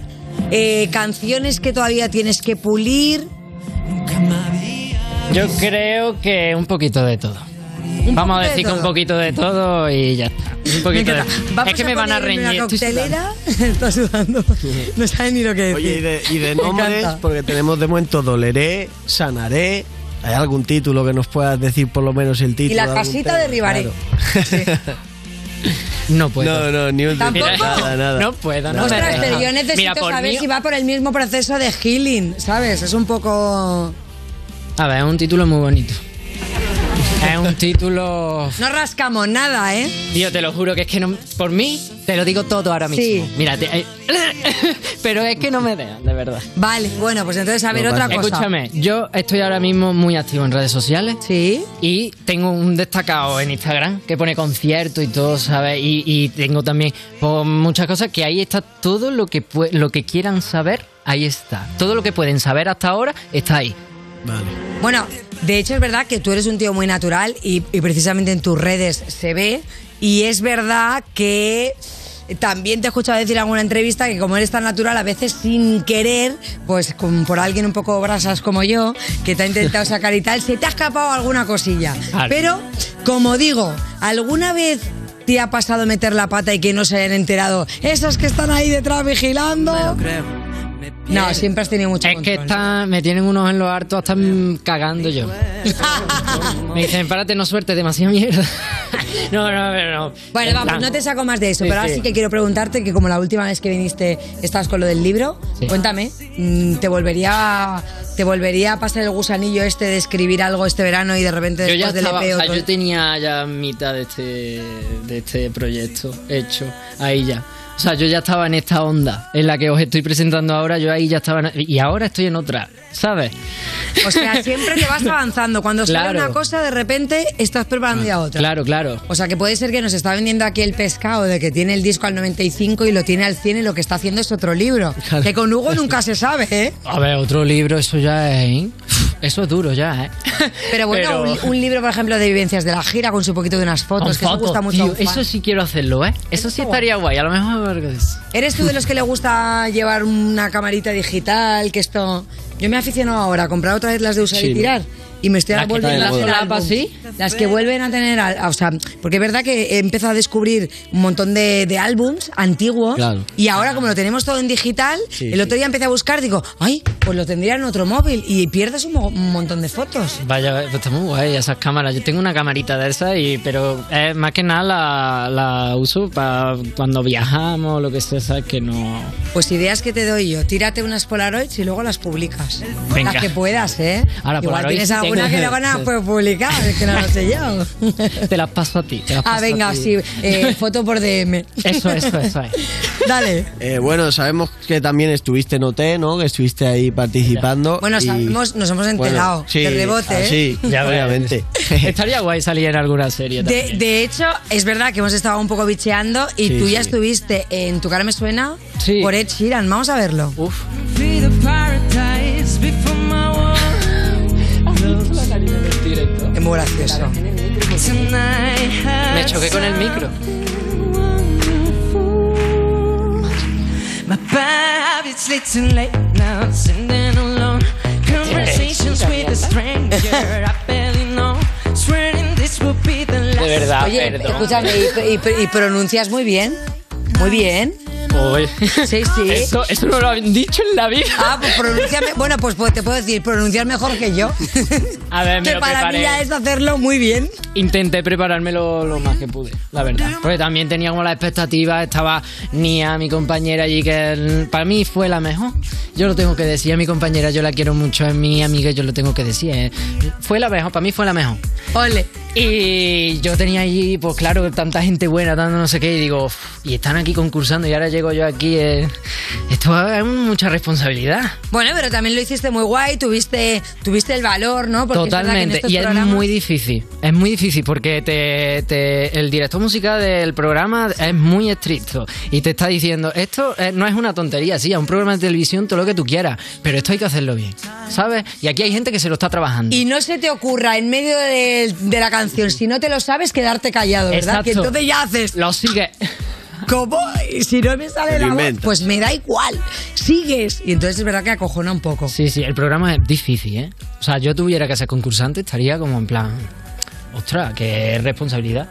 D: eh, canciones que todavía tienes que pulir.
P: Yo creo que un poquito de todo. Vamos a
D: poquito de
P: decir que un
D: todo.
P: poquito de todo y ya está. Un poquito de todo.
D: Vamos
P: Es que me van a
D: poner en
P: reñir.
D: Una
P: Estoy sudando.
D: coctelera. Está sudando. No sabe ni lo que decir.
E: Oye, y de, y de
D: Me
E: nombres,
D: encanta.
E: porque tenemos de momento Doleré, Sanaré. ¿Hay algún título que nos puedas decir por lo menos el título?
D: Y la
E: de algún
D: casita
E: tema?
D: derribaré.
E: Claro.
P: No puedo.
E: No, no, ni un
D: ¿Tampoco?
E: Nada, nada.
P: No puedo, no
D: Ostras,
P: me
D: pero yo
P: deja.
D: necesito
P: Ah, Mira, por
D: saber
P: mí-
D: si va por el mismo proceso de healing, ¿sabes? Es un poco...
P: A ver, es un título muy bonito. Es un título.
D: No rascamos nada, ¿eh?
P: Tío, te lo juro que es que no. Por mí, te lo digo todo ahora mismo.
D: Sí.
P: Mira, te- eh, pero es que no me dejan, de verdad.
D: Vale, bueno, pues entonces a ver otra cosa.
P: Escúchame, yo estoy ahora mismo muy activo en redes sociales.
D: Sí.
P: Y tengo un destacado en Instagram que pone concierto y todo, ¿sabes? Y, y tengo también pues, muchas cosas que ahí está todo lo que, pue- lo que quieran saber, ahí está. Todo lo que pueden saber hasta ahora está ahí.
D: Bueno, de hecho es verdad que tú eres un tío muy natural y, y precisamente en tus redes se ve. Y es verdad que también te he escuchado decir en alguna entrevista que como eres tan natural, a veces sin querer, pues con- por alguien un poco brasas como yo, que te ha intentado sacar y tal, se te ha escapado alguna cosilla.
Q: Claro.
D: Pero, como digo, ¿alguna vez te ha pasado meter la pata y que no se hayan enterado? Esos que están ahí detrás vigilando. No, siempre has tenido mucha
P: Es que está, me tienen unos en los hartos, hasta mm, cagando yo. me dicen, párate, no suerte, demasiada mierda. no, no, pero no.
D: Bueno, vamos, no te saco más de eso,
P: Sí,
D: pero ahora
P: sí.
D: sí que quiero preguntarte que como la última vez que viniste estabas con lo del libro,
P: Sí.
D: cuéntame, mm, ¿te volvería, ¿te volvería a pasar el gusanillo este de escribir algo este verano y de repente
P: Yo ya
D: después del E
P: estaba,
D: EP
P: o sea,
D: otro-
P: yo tenía ya mitad de este, de este proyecto hecho, ahí ya. O sea, yo ya estaba en esta onda en la que os estoy presentando ahora, yo ahí ya estaba, en- y ahora estoy en otra, ¿sabes?
D: O sea, siempre te vas avanzando. Cuando sale
P: Claro. Ah,
D: una cosa, de repente estás preparando ya otra.
P: Claro, claro.
D: O sea, que puede ser que nos está vendiendo aquí el pescado de que tiene el disco al 95 y lo tiene al 100 y lo que está haciendo es otro libro.
P: Claro.
D: Que con Hugo nunca se sabe, ¿eh?
P: A ver, otro libro, eso ya es, ¿eh? Eso es duro ya, ¿eh?
D: Pero
P: Pero-
D: bueno, Un, un libro, por ejemplo, de vivencias de la gira con su poquito de unas
P: Con
D: fotos, que eso
P: fotos,
D: gusta mucho. a
P: tío,
D: un fan.
P: eso sí quiero hacerlo, ¿eh? Eso sí estaría guay, a lo mejor...
D: ¿Eres tú de los que le gusta llevar una camarita digital? Que esto. Yo me aficiono ahora a comprar otra vez las de usar y
P: Sí.
D: tirar. Y me estoy
P: Las que
D: volviendo a
P: están de
D: hacer
P: moda.
D: álbum. Las que vuelven a tener. al- O sea, porque es verdad que he empezado a descubrir un montón de, de álbums antiguos.
P: Claro.
D: Y ahora, como lo tenemos todo en digital,
P: Sí,
D: el
P: sí.
D: otro día empecé a buscar, digo, ay, pues lo tendría en otro móvil. Y pierdes un, mo- un montón de fotos.
P: Vaya, pues está muy guay esas cámaras. Yo tengo una camarita de esas, y, pero eh, más que nada la, la uso para cuando viajamos o lo que sea, ¿sabes? Que no...
D: Pues ideas que te doy yo. Tírate unas Polaroids y luego las publicas.
P: Venga.
D: Las que puedas, ¿eh?
P: Ahora,
D: Igual
P: Polaroid
D: tienes
P: sí tengo.
D: alguna que no van a pues, publicar, que no lo sé yo.
P: Te las paso a ti. te las
D: Ah,
P: paso a
D: venga,
P: ti.
D: sí. eh, foto por DM.
P: Eso, eso, eso.
D: Dale.
E: Eh, bueno, sabemos que también estuviste en OT, ¿no? Que estuviste ahí participando.
D: Bueno, sabemos- nos hemos enterado, de rebote, ¿eh?
E: ah, Sí,
P: Ya ves.
E: obviamente.
P: Estaría guay salir en alguna serie también.
D: De, de hecho, es verdad que hemos estado un poco bicheando y
P: Sí,
D: tú ya
P: sí.
D: estuviste en Tu cara me suena por Ed Sheeran. Vamos a verlo.
P: Uf.
K: Be the paradise before my
D: Es muy gracioso.
K: Me
P: Me choqué con el micro.
K: My vibe, it's late too late now. Sitting alone. Conversations with a stranger I barely know. Swearing this will be the last.
P: Ah,
D: Oye, escúchame, y, y- y pronuncias muy bien. Muy bien. Sí, sí.
P: Eso, eso Pues, no lo han dicho en la vida.
D: Ah, pues pronunciame. Bueno, pues, pues te puedo decir, pronunciar mejor que yo.
P: A ver, me
D: que
P: lo
D: para mí
P: preparé.
D: ya es hacerlo muy bien.
P: Intenté preparármelo lo más que pude, la verdad. Porque también tenía como las expectativas, estaba Nia, mi compañera allí, que el- para mí fue la mejor. Yo lo tengo que decir, a mi compañera yo la quiero mucho, es mi amiga, yo lo tengo que decir. eh. Fue la mejor, para mí fue la mejor.
D: Ole.
P: Y yo tenía allí, pues claro, tanta gente buena, tanto no sé qué, y digo, "Uf, y están aquí concursando y ahora llego yo aquí. eh, esto es mucha responsabilidad.
D: Bueno, pero también lo hiciste muy guay, tuviste, tuviste el valor, ¿no? Porque es verdad que en
P: Totalmente,
D: estos
P: y es
D: programas-
P: muy difícil. Es muy difícil porque te, te- el director musical del programa es muy estricto y te está diciendo: esto eh, no es una tontería, sí, a un programa de televisión todo lo que tú quieras, pero esto hay que hacerlo bien, ¿sabes? Y aquí hay gente que se lo está trabajando.
D: Y no se te ocurra en medio de, de la canción, si no te lo sabes, quedarte callado, ¿verdad?
P: Exacto.
D: Que entonces ya haces.
P: Lo sigue.
D: ¿Cómo? Y si no me sale
P: Te lo
D: la voz,
P: inventas.
D: pues me da igual. Sigues. Y entonces es verdad que acojona un poco.
P: Sí, sí, el programa es difícil, ¿eh? O sea, yo tuviera que ser concursante, estaría como en plan: ostras, qué responsabilidad.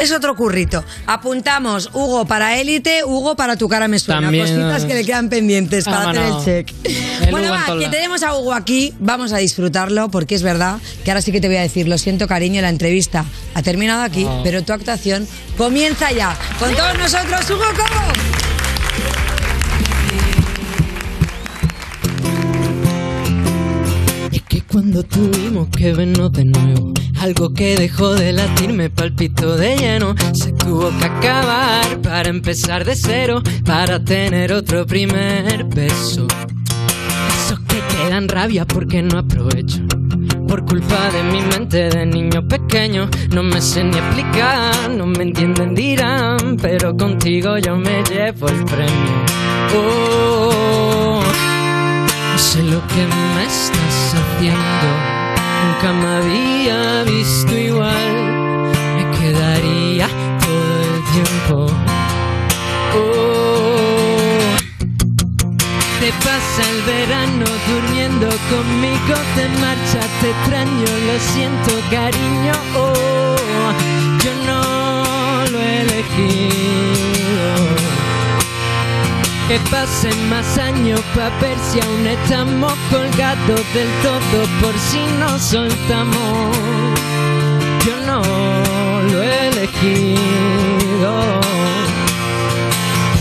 D: Es otro currito. Apuntamos Hugo para élite, Hugo para tu cara me suena.
P: También,
D: Cositas
P: eh.
D: que le quedan pendientes para hacer
P: Vámonos.
D: el check.
P: El
D: bueno,
P: Hugo en
D: va,
P: todos
D: que
P: lados.
D: tenemos a Hugo aquí, vamos a disfrutarlo porque es verdad que ahora sí que te voy a decir, lo siento cariño, la entrevista ha terminado aquí,
P: Oh.
D: pero tu actuación comienza ya. Con todos nosotros, Hugo Cobo.
K: que cuando tuvimos que vernos de nuevo, algo que dejó de latir me palpitó de lleno. Se tuvo que acabar para empezar de cero, para tener otro primer beso. Esos que te dan rabia porque no aprovecho. Por culpa de mi mente de niño pequeño, no me sé ni explicar, no me entienden, dirán, pero contigo yo me llevo el premio. Oh, no sé lo que me estás haciendo, nunca me había visto igual, me quedaría todo el tiempo. Oh, te pasa el verano durmiendo conmigo, te marchas, te extraño, lo siento cariño, oh, yo no lo he elegido. que pasen más años para ver si aún estamos colgados del todo por si nos soltamos. Yo no lo he elegido.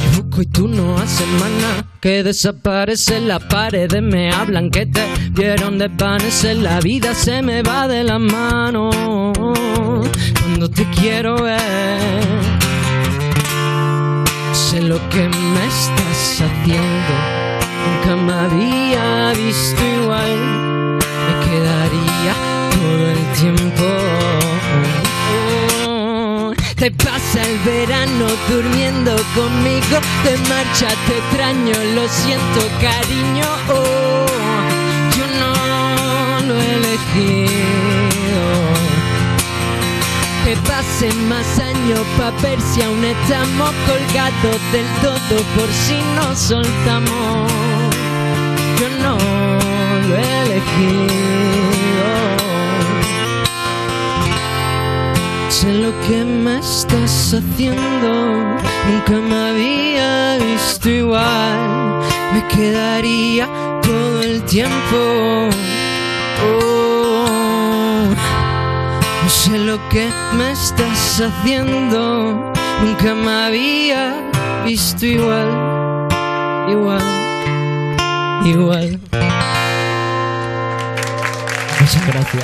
K: Te busco y tú no haces más nada. Que desaparece la pared, me hablan que te vieron desvanecer. La vida se me va de las manos cuando te quiero ver. Sé lo que me estás haciendo. Nunca me había visto igual. Me quedaría todo el tiempo. Te pasa el verano durmiendo conmigo. Te marcha, te extraño, lo siento, cariño. Oh, yo no lo he elegido que pasen más años pa' ver si aún estamos colgados del todo por si nos soltamos. Yo no lo he elegido. Sé lo que me estás haciendo, nunca me había visto igual. Me quedaría todo el tiempo. Oh. No sé lo que me estás haciendo, nunca me había visto igual, igual, igual. Muchas gracias.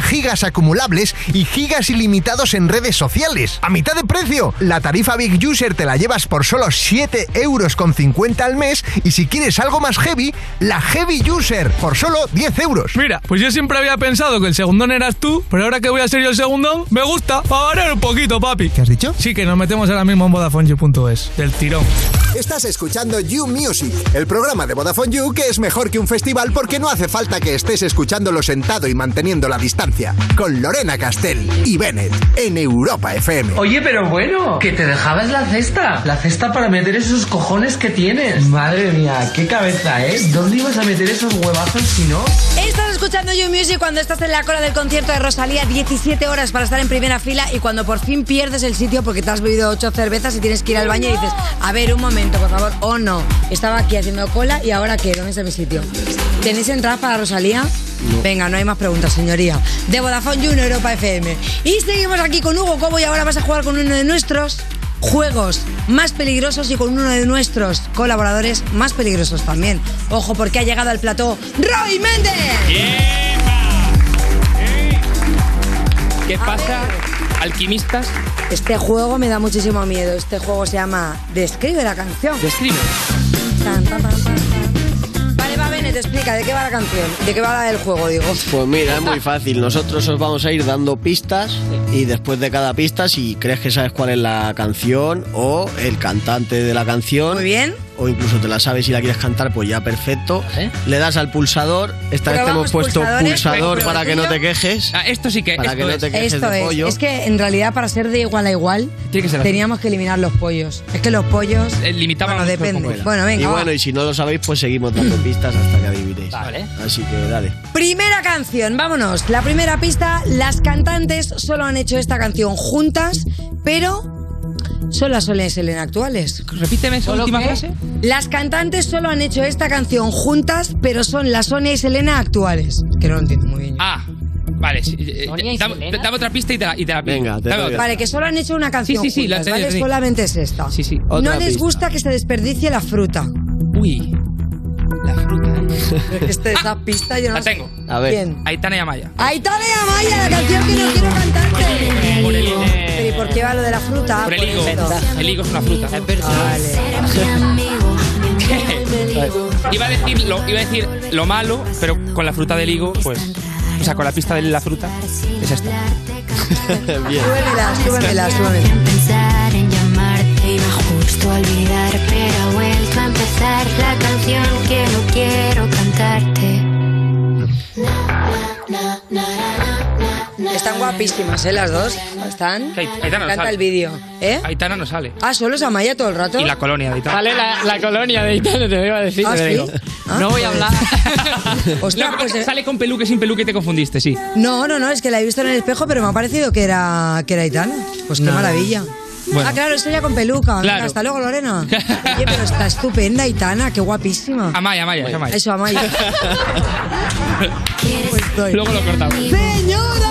L: gigas acumulables y gigas ilimitados en redes sociales. A mitad de precio. La tarifa Big User te la llevas por solo 7,50 euros al mes y si quieres algo más heavy, la Heavy User por solo 10 euros.
R: Mira, pues yo siempre había pensado que el segundón eras tú, pero ahora que voy a ser yo el segundón, me gusta, para variar un poquito, papi.
L: ¿Qué has dicho?
R: Sí, que nos metemos ahora mismo en VodafoneYou.es, del tirón.
L: Estás escuchando You Music, el programa de Vodafone You que es mejor que un festival porque no hace falta que estés escuchándolo sentado y manteniendo la distancia. Con Lorena Castell y Bennett en Europa FM.
S: Oye, pero bueno, que te dejabas la cesta. Ah, La cesta para meter esos cojones que tienes. Madre mía, qué cabeza, ¿eh? ¿Dónde ibas a meter esos huevazos si no?
D: Estás escuchando You Music cuando estás en la cola del concierto de Rosalía 17 horas para estar en primera fila y cuando por fin pierdes el sitio porque te has bebido 8 cervezas y tienes que ir al baño y dices, a ver, un momento, por favor, o no. Estaba aquí haciendo cola y ahora qué, ¿dónde está mi sitio? ¿Tenéis entradas para Rosalía? Venga, no hay más preguntas, señoría. De Vodafone You en Europa FM. Y seguimos aquí con Hugo Cobo y ahora vas a jugar con uno de nuestros juegos más peligrosos y con uno de nuestros colaboradores más peligrosos también. Ojo, porque ha llegado al plató Roy Méndez.
F: ¿Qué pasa, alquimistas?
D: Este juego me da muchísimo miedo. Este juego se llama Describe la canción.
F: Describe.
D: Tan, tan, tan, tan, tan. Vale, va, Bennett, explica de qué va la canción. De qué va el juego, digo.
E: Pues mira, es muy fácil. Nosotros os vamos a ir dando pistas y después de cada pista, si crees que sabes cuál es la canción o el cantante de la canción. Muy
D: bien.
E: O incluso te la sabes y la quieres cantar, pues ya perfecto.
F: ¿Eh?
E: Le das al pulsador.
D: Pero
E: Esta vez te
D: vamos,
E: hemos puesto
D: pulsadores,
E: pulsador
D: pero
E: para que no
D: tuyo.
E: te quejes.
F: Ah, esto sí que.
E: Para que no te quejes
D: Esto
E: de
D: es.
E: pollo.
D: Es que en realidad para ser de igual a igual
E: Tiene que ser así.
D: teníamos que eliminar los pollos. Es que los pollos.
F: Eh, limitaban
D: bueno, depende. Bueno, venga.
E: Y
D: va.
E: bueno, y si no lo sabéis, pues seguimos dando pistas hasta que adivinéis. Vale. Así que dale.
D: Primera canción, vámonos. La primera pista, las cantantes solo han hecho esta canción juntas, pero son las Soles Helen actuales.
F: Repíteme esa ¿Solo última qué? frase.
D: Las cantantes solo han hecho esta canción juntas, pero son las Sonia y Selena actuales. Que no lo entiendo muy bien.
F: Ah, vale. sí, eh, Dame, dame otra pista y te la, y te la pido.
E: Venga,
F: dame otra.
D: Vale, que solo han hecho una canción
F: Sí, sí, sí, la
D: juntas,
F: tenía,
D: ¿vale?
F: tenía.
D: Solamente es esta.
F: Sí, sí.
D: no les gusta que se desperdicie la fruta.
F: Uy.
D: Esta es la este, pista, yo no
F: La tengo.
D: A ver. Bien.
F: Aitana y Amaya.
D: Ahí está de Amaya, la canción que no quiero cantarte. Pero ¿y por qué va lo de la fruta?
F: Por el higo.
D: esto.
F: El higo es una fruta. Ah, iba, a decir lo, iba a decir lo malo, pero con la fruta del higo, pues. O sea, con la pista de la fruta, es esta.
E: Bien.
D: Súbemela, súbemela, súbemela.
T: Pensar en llamarte iba justo a olvidar, pero ha vuelto a
U: cantar la canción que no quiero cantarte.
D: Están guapísimas, ¿eh? Las dos. Están.
F: Que Aitana no
D: Me encanta
F: sale.
D: el vídeo. ¿Eh?
F: Aitana no sale.
D: Ah, solo es Amaya todo el rato.
F: Y la colonia de Aitana.
P: Vale, la, la colonia de Italia te lo iba a decir.
D: Ah, pues
P: te
D: ¿sí?
P: digo. no voy a hablar.
F: No, creo
D: eh.
F: que Sale con peluque sin peluque y te confundiste, sí.
D: No, no, no, es que la he visto en el espejo, pero me ha parecido que era, que era Aitana. Pues qué
F: No.
D: maravilla.
F: Bueno.
D: Ah, claro, es ella con peluca. Venga,
F: Claro.
D: hasta luego, Lorena. Oye, pero está estupenda, Aitana, qué guapísima.
F: Amaya, Amaya, es Amaya.
D: Eso, Amaya.
F: Luego lo cortamos.
D: ¡Señora!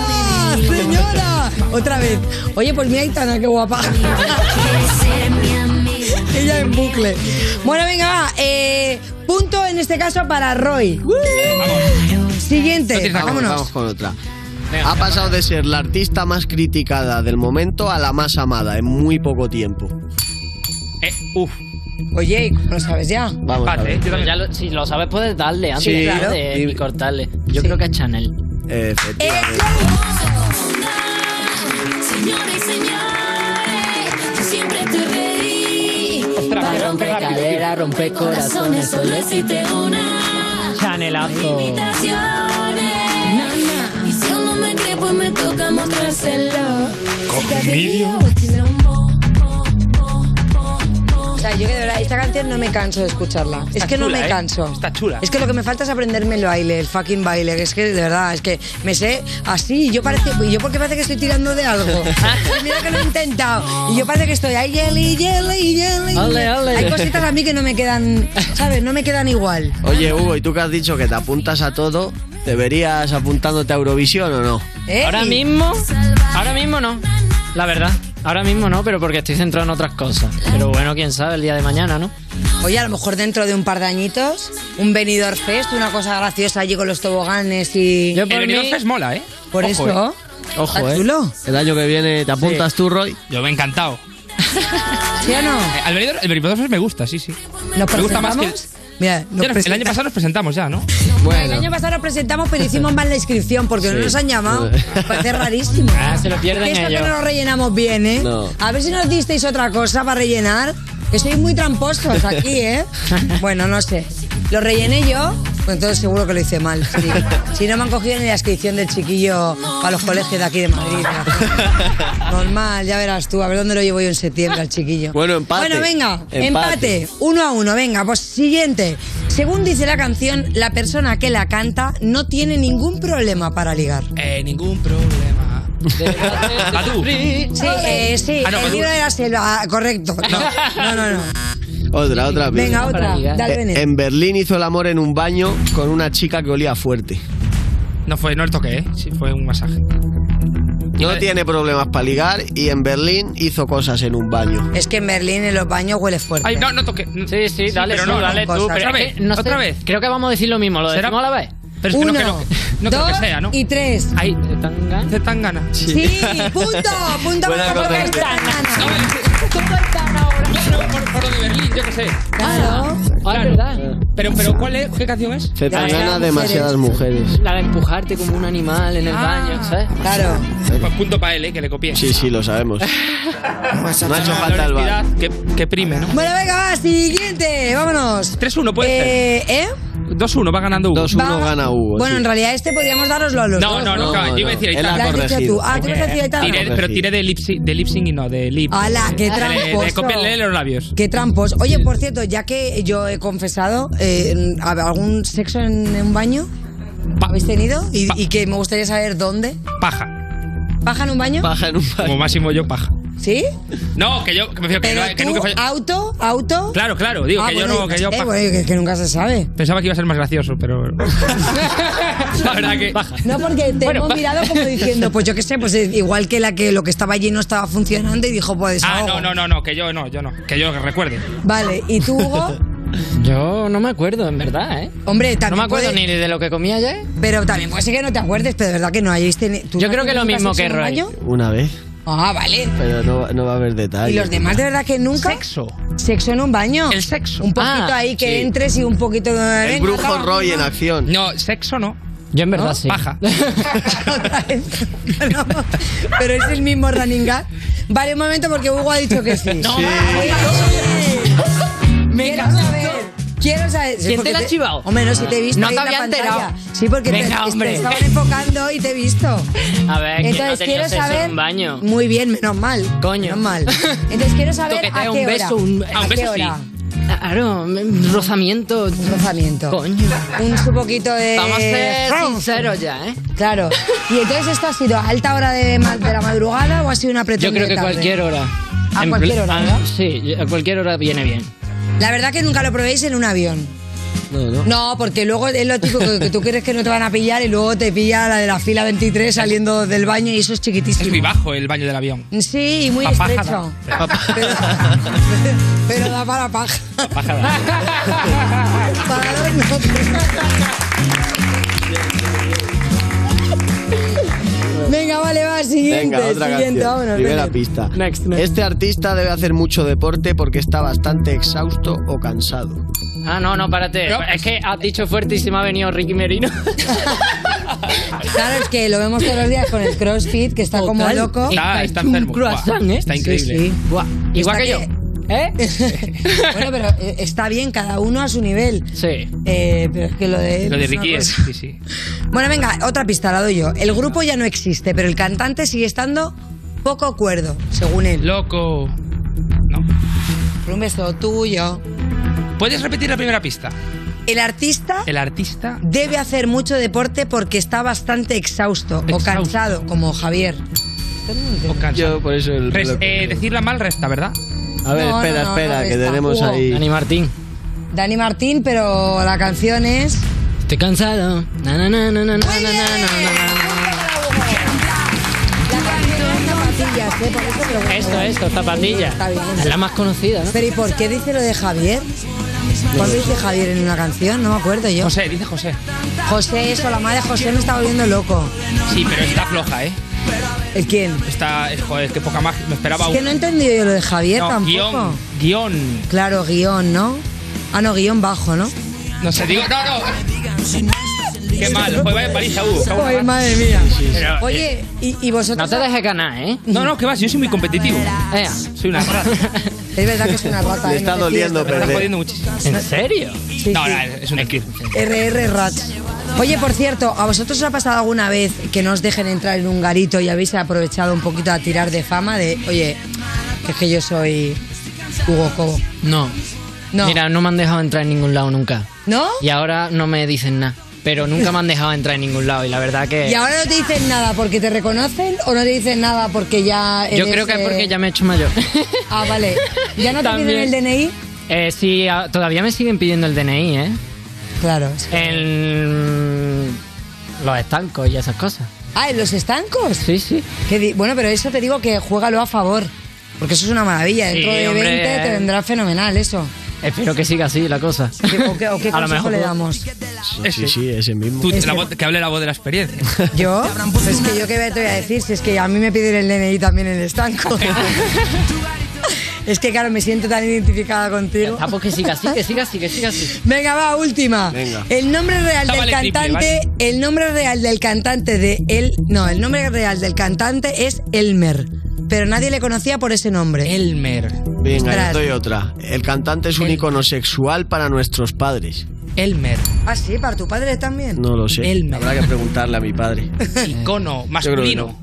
D: ¡Señora! Otra vez. Oye, pues mira, Aitana, qué guapa. Ella en bucle. Bueno, venga, va. Eh, punto en este caso para Roy. Siguiente.
E: Vamos,
D: Vámonos.
E: vamos con otra. Ha pasado de ser la artista más criticada del momento a la más amada en muy poco tiempo.
F: Eh, uf.
D: Oye, ¿lo sabes ya?
E: Vamos a ver.
P: Ya lo- si lo sabes, puedes darle antes
E: Sí,
P: de-
E: claro.
P: de-
E: Y-
P: y cortarle. Yo creo que es Chanel.
E: Efectivamente.
K: Señores, señores, yo siempre te reí. Para romper
P: cadera, rompe
K: corazones, solo existe una
P: Chanelazo.
K: invitación. Y si aún no me cree, pues me toca mostrárselo.
D: O sea, yo que de verdad, esta canción no me canso de escucharla. es que no
F: chula,
D: me
F: ¿eh?
D: canso.
F: Está chula.
D: Es que lo que me falta es aprenderme el baile, el fucking baile. que Es que de verdad, es que me sé así. y Yo parece, y yo porque parece que estoy tirando de algo. Y Mira que lo he intentado. Y yo parece que estoy ahí, yeli, yeli, yeli.
E: Ole, ole.
D: Hay cositas a mí que no me quedan, ¿sabes? No me quedan igual.
E: Oye, Hugo, ¿y tú que has dicho que te apuntas a todo? ¿Deberías apuntándote a Eurovisión o no?
D: ¿Eh?
P: Ahora mismo, ahora mismo no. La verdad, ahora mismo no, pero porque estoy centrado en otras cosas. Pero bueno, quién sabe el día de mañana, ¿no?
D: Oye, a lo mejor dentro de un par de añitos, un venidor fest, una cosa graciosa allí con los toboganes y.
P: por El Benidorm mí- Fest
F: mola, ¿eh?
D: Por
P: Ojo,
D: eso.
E: Ojo,
D: ¿Está
E: ¿eh?
D: chulo?
E: El año que viene te apuntas tú, Roy.
F: Yo me he encantado.
D: ¿Sí o no?
F: Eh, Al venidor, el venidor Fest me gusta, sí, sí.
D: ¿Nos
F: me gusta más que.
D: presentamos? Mira, nos
F: Ya nos- el año
D: presenta-
F: pasado nos presentamos ya, ¿no?
D: El año pasado nos presentamos, pero hicimos mal la inscripción porque no
F: Sí.
D: nos han llamado.
F: Joder.
D: Parece rarísimo.
P: Ah, se lo pierden
D: Eso que
P: ellos.
D: no lo rellenamos bien, ¿eh?
P: No.
D: A ver si nos disteis otra cosa para rellenar. Que sois muy tramposos aquí, ¿eh? Bueno, no sé. Lo rellené yo, pues entonces seguro que lo hice mal. sí. Si no me han cogido ni la inscripción del chiquillo para los colegios de aquí de Madrid. ¿no? Normal, ya verás tú. A ver dónde lo llevo yo en septiembre al chiquillo.
E: Bueno, empate.
D: Bueno, venga, empate.
E: Empate.
D: Uno a uno, venga, pues siguiente. Según dice la canción, la persona que la canta no tiene ningún problema para ligar.
F: Eh, ningún problema. Badu.
D: Sí, eh, sí,
F: Ah, no,
D: el
F: Badu.
D: libro de la selva, ah, correcto. No, no, no.
E: Otra, otra.
D: Venga, otra. Dale,
E: Eh,
D: Benet.
E: en Berlín hizo el amor en un baño con una chica que olía fuerte.
F: No fue, no el toqué, ¿eh? Sí, fue un masaje.
E: No tiene problemas para ligar y en Berlín hizo cosas en un baño.
D: Es que en Berlín en los baños huele fuerte.
F: Ay, no, no toqué.
P: Sí, sí, dale
F: pero
P: tú,
F: no,
P: dale
F: no,
P: tú.
F: cosas.
P: pero
F: Otra
P: es
F: vez,
P: que no
F: otra
P: sé-
F: vez.
P: Creo que vamos a decir lo mismo, lo
F: ¿Será?
P: decimos a la vez.
F: Pero es que no creo que- no creo que sea, ¿no?
D: Y tres.
F: Ahí, te tan ganas.
D: Sí, punto, punto
F: Buena
D: para
F: cosa,
D: Roberto
F: Aitana.
D: Hernández.
P: eh,
F: Claro, por, por lo de Berlín, yo qué sé.
P: Ah,
D: Claro.
F: Pero, pero ¿cuál es? ¿Qué canción es?
E: Se
P: Ya, ya,
E: ganas demasiadas mujeres.
P: La de empujarte como un animal en el baño, ¿sabes?
D: Ah, Claro.
F: Pues punto para él, ¿eh? que le copié.
E: Sí, sí, lo sabemos.
F: No ha
E: hecho falta el bar.
F: Que, que prime, ¿no?
D: Bueno, venga, va, siguiente, vámonos.
F: 3-1 puede
D: Eh, ¿eh?
F: 2-1, va ganando Hugo.
E: 2-1 gana Hugo.
D: Bueno, en realidad este podríamos dárnoslo a los
F: No,
D: dos.
F: no, no, claro, yo iba a decir
E: no, él
F: Aitana.
E: ha
D: La has dicho corregido. tú. Ah, tú ibas a decir Aitana.
F: Tiré- pero tiré de lip-sync de lip-sync y no, de lip.
D: ¡Hala, qué
F: Le, le
D: tramposo!
F: copié leer los labios.
D: Qué trampos. Oye, por cierto, ya que yo he confesado, eh, en- a ver, ¿algún sexo en, en un baño? ¿Habéis tenido? Y, y que me gustaría saber dónde.
F: Paja.
D: ¿Paja en un baño?
E: Paja en un
F: Como máximo yo, paja.
D: ¿Sí?
F: No, que yo, que me refiero que,
D: Pero
F: no- que
D: tú,
F: nunca falla-
D: auto, auto.
F: Claro, claro, digo
D: Ah,
F: que
D: bueno,
F: yo no, que yo
D: eh,
F: paja.
D: bueno, que- que nunca se sabe.
F: Pensaba que iba a ser más gracioso, pero. La verdad que.
D: No, porque te
F: Bueno,
D: hemos
F: va.
D: mirado como diciendo, pues yo qué sé, pues eh, igual que la que lo que estaba allí no estaba funcionando y dijo, pues
F: Ah,
D: ahogo.
F: no, no, no, no, que yo no, yo no. Que yo recuerde.
D: Vale, ¿y tú, Hugo?
P: Yo no me acuerdo, en verdad, ¿eh?
D: Hombre, también
P: No me acuerdo
D: puede-
P: ni Eh, de lo que comí
F: ¿eh?
P: ayer.
D: Pero también puede ser que no te acuerdes, pero de verdad que no hayáis tenido... ¿tú
P: Yo
D: no
P: creo que lo
D: tienes
P: mismo
D: sexo
P: que
D: en un
P: Roy.
D: baño?
E: Una vez,
D: Ah, vale.
E: pero no, no va a haber detalles.
D: ¿Y los demás de verdad que nunca? ¿Sexo? ¿Sexo en un baño? El
F: sexo.
D: Un poquito
P: Ah,
D: ahí que
P: sí.
D: entres y un poquito... de
E: El brujo Roy en acción.
F: No, sexo no.
P: Yo en verdad sí.
F: Paja.
D: Pero es el mismo running gag. Vale, un momento porque Hugo ha dicho que sí.
F: No,
D: Oye,
F: no,
D: Quiero saber, Quiero saber. sí,
G: ¿Quién te
D: porque
G: la ha chivado?
D: Hombre, no, si te he visto.
G: No
D: ahí
G: te
D: en la
G: había
D: pantalla.
G: enterado.
D: Sí, porque te-
G: Venga,
D: te,
G: hombre.
D: estaba enfocando y te he visto.
P: A ver, que no
D: Entonces
P: tenía
D: quiero
P: sexo
D: saber.
P: en un baño.
D: Muy bien, menos mal. Coño. Menos mal. Entonces quiero saber
P: Toqueteo,
D: a qué
P: un beso,
D: hora.
P: un-
D: a
P: a un
D: qué
P: beso sí.
D: hora.
P: Claro, un rozamiento. Un
D: rozamiento.
P: Coño.
D: Un su poquito de.
P: Vamos a ser
D: ¡Rum!
P: sinceros ya, ¿eh?
D: Claro. Y entonces esto ha sido a alta hora de, ma- de la madrugada o ha sido una
P: Yo
D: pretendida
P: creo que cualquier hora.
D: A
P: En
D: cualquier
P: pl-
D: hora,
P: ah,
D: ¿verdad?
P: Sí, a cualquier hora viene bien.
D: La verdad que nunca lo probéis en un avión.
P: No, no.
D: No, porque luego es lo típico que, que tú crees que no te van a pillar y luego te pilla la de la fila 23 saliendo del baño y eso es chiquitísimo.
F: Es muy bajo el baño del avión.
D: Sí, y muy
F: Papá.
D: estrecho. Pero da para paja. Para dar notas. Venga, vale, va, siguiente,
E: Venga, otra
D: siguiente,
E: canción.
D: vámonos.
E: Primera
D: venga.
E: pista. Este artista debe hacer mucho deporte porque está bastante exhausto o cansado.
P: Ah, no, no, párate. Es que has dicho fuerte y se me ha venido Ricky Merino.
D: Claro, es que lo vemos todos los días con el CrossFit, que está como
P: Total.
D: loco.
P: Está- está enfermo. Buah, está increíble. ¿eh? Buah, igual que yo.
D: ¿Eh? bueno, pero eh, está bien, cada uno a su nivel. Eh,
P: Sí.
D: pero es que lo de. él
F: Lo de
D: es una
F: Ricky es.
D: cosa.
F: Sí, sí.
D: Bueno, venga, otra pista la doy yo. El grupo ya no existe, pero el cantante sigue estando poco cuerdo, según él.
F: Loco.
D: Por un beso tuyo.
F: ¿Puedes repetir la primera pista?
D: El artista
F: El artista.
D: debe hacer mucho deporte porque está bastante exhausto, o cansado, como Javier.
F: O cansa.
E: Yo por eso el
F: Res-
E: reloj.
F: eh, decirla mal resta, ¿verdad?
E: A ver,
D: No,
E: espera,
D: no, no,
E: espera,
D: no,
E: que
D: está.
E: tenemos
D: Hugo.
E: ahí.
D: Dani
P: Martín.
D: Dani Martín, pero la canción es.
P: Estoy cansado. Na, na, na, na, na, na, na, na,
D: Zapatillas, ¿eh? Por eso te lo voy a
P: Esto,
D: poner.
P: esto, zapatilla.
D: Está bien.
P: Es la más conocida, ¿no?
D: Pero ¿y por qué dice lo de Javier? ¿Cuándo dice Javier en una canción? No me acuerdo yo.
F: José, dice José.
D: José, eso, la madre de José me está volviendo loco.
F: Sí, pero está floja, ¿eh?
D: ¿El quién?
F: Está. eh, Joder, qué poca magia. Me
D: Es
F: esperaba
D: que
F: un-
D: no he entendido yo lo de Javier
F: No,
D: tampoco.
F: guión. Guión.
D: Claro, guión, ¿no? Ah, no, guión bajo, ¿no?
F: No sé, digo. No, no. Qué mal. pues Joder, vaya paliza, Hugo.
D: Ay, madre mía.
F: Pero, eh,
D: Oye, ¿y, y vosotros?
P: No te dejes ganar, ¿eh?
F: No, no, que vas, yo soy muy competitivo. Soy una rata.
D: Es verdad que es una rata.
E: Le
D: ¿eh?
E: está
D: No te fíes de verdad.
E: doliendo
F: Me está
E: perder.
F: jodiendo muchísimo.
P: ¿En serio?
F: No, no, es un equipo.
D: RR Rats. Oye, por cierto, ¿a vosotros os ha pasado alguna vez que no os dejen entrar en un garito y habéis aprovechado un poquito a tirar de fama de, oye, que es que yo soy Hugo Cobo?
P: No.
D: No.
P: Mira, no me han dejado entrar en ningún lado nunca.
D: ¿No?
P: Y ahora no me dicen nada. Pero nunca me han dejado entrar en ningún lado. Y la verdad que.
D: ¿Y ahora no te dicen nada porque te reconocen o no te dicen nada porque ya
P: yo
D: eres,
P: creo que es
D: eh,
P: porque ya me he hecho mayor.
D: Ah, vale. ¿Ya no te piden
P: También.
D: el DNI?
P: Eh, sí, ah, todavía me siguen pidiendo el DNI, ¿eh?
D: Claro.
P: En los estancos y esas cosas.
D: Ah, ¿en los estancos?
P: Sí, sí.
D: bueno, pero eso te digo que juégalo a favor. Porque eso es una maravilla.
P: Sí,
D: Dentro de
P: hombre,
D: 20 te
P: eh.
D: vendrá fenomenal eso.
P: Espero que siga así la cosa.
D: ¿O qué, o qué
P: A lo
D: consejo
P: mejor-
D: le damos?
E: Sí, sí, ese mismo.
F: Tú, la voz- que hable la voz de la experiencia.
D: ¿Yo? Pues es que yo qué te voy a decir, si es que a mí me piden el DNI también en el estanco. es que claro, me siento tan identificada contigo.
P: Ah, pues que siga así, que siga así, que siga así.
D: Venga, va, última.
P: Venga.
D: El nombre real
P: Esta
D: del
P: vale triple,
D: cantante, el nombre real del cantante de él, no, el nombre real del cantante es Elmer, pero nadie le conocía por ese nombre.
F: Elmer.
E: Venga,
D: Ostras.
E: yo doy otra. El cantante es un icono sexual para nuestros padres.
F: Elmer.
D: Ah, sí, para tu padre también.
E: No lo sé.
F: Elmer.
E: Habrá que preguntarle a mi padre. Yo creo
F: Icono
E: que
F: masculino.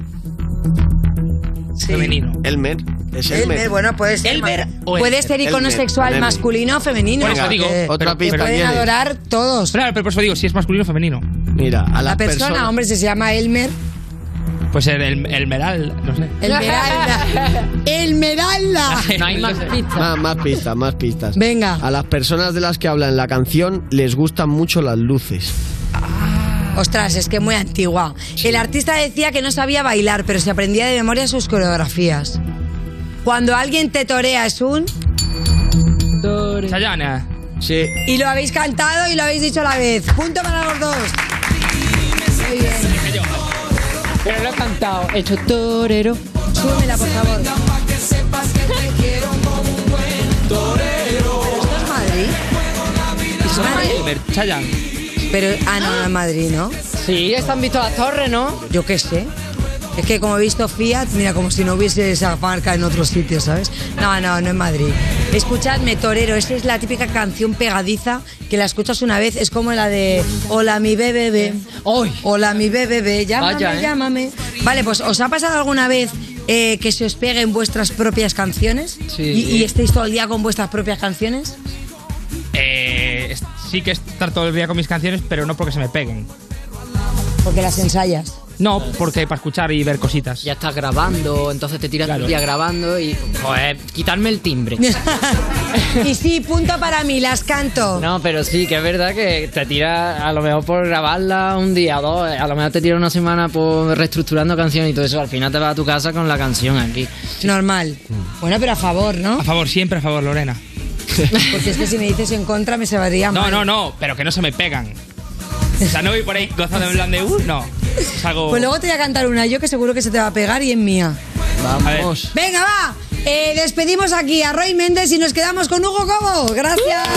F: Femenino.
E: Elmer. Es Elmer.
D: Elmer, bueno, puede ser.
F: Elmer
D: ma-
F: o
D: puede
F: Elmer.
D: ser icono
E: Elmer,
D: sexual
E: Elmer.
D: masculino o femenino.
F: Por eso digo,
D: porque
E: otra
D: te
E: pista
D: pueden
E: tienes.
D: adorar todos.
F: Claro, pero por eso digo, si es masculino o femenino.
E: Mira, a
D: La,
E: la,
D: persona, hombre, si se llama Elmer.
F: Pues el, el, el meral, no sé.
D: Elmeralda. Elmeralda.
P: No hay más pistas.
E: Más, más pistas, más pistas.
D: Venga.
E: A las personas de las que habla en la canción les gustan mucho las luces.
D: Ostras, es que muy antigua. El artista decía que no sabía bailar, pero se aprendía de memoria sus coreografías. Cuando alguien te torea es un...
F: Sayana.
E: Sí.
D: Y lo habéis cantado y lo habéis dicho a la vez. Punto para los dos. Muy bien.
P: Pero lo he cantado, hecho torero.
D: Súbemela, por favor. ¿Pero esto es Madrid? ¿Es Madrid?
F: Elmer, Chayanne.
D: Pero, ah, no, no es Madrid, ¿no?
P: Sí, están visto las torres, ¿no?
D: Yo qué sé. Es que como he visto Fiat, mira, como si no hubiese esa marca en otros sitios, ¿sabes? No, no, no en Madrid. Escuchadme, Torero, esta es la típica canción pegadiza que la escuchas una vez, es como la de Hola mi bebé, hola mi bebé, llámame,
V: Vaya, ¿eh?
D: llámame. Vale, pues ¿os ha pasado alguna vez eh, que se os peguen vuestras propias canciones?
F: Sí.
D: ¿Y, y estéis todo el día con vuestras propias canciones?
F: Eh, es- sí que estar todo el día con mis canciones, pero no porque se me peguen.
D: Porque las ensayas.
F: No, porque para escuchar y ver cositas.
V: Ya estás grabando, entonces te tiras todo el día grabando y. Joder, quitarme el timbre.
D: y sí, punto para mí, las canto.
P: No, pero sí, que es verdad que te tira a lo mejor por grabarla un día o dos, a lo mejor te tira una semana por reestructurando canciones y todo eso, al final te vas a tu casa con la canción aquí.
D: Normal. Bueno, pero a favor, ¿no?
F: A favor, siempre a favor, Lorena.
D: Porque es que si me dices en contra me se varía
F: No,
D: mal.
F: no, no, pero que no se me pegan. O sea, no voy por ahí gozando en plan de uh, no. Es algo.
D: Pues luego te voy a cantar una yo que seguro que se te va a pegar y es mía.
F: A ver.
D: Venga, va. Eh, despedimos aquí a Roy Méndez y nos quedamos con Hugo Cobo. Gracias.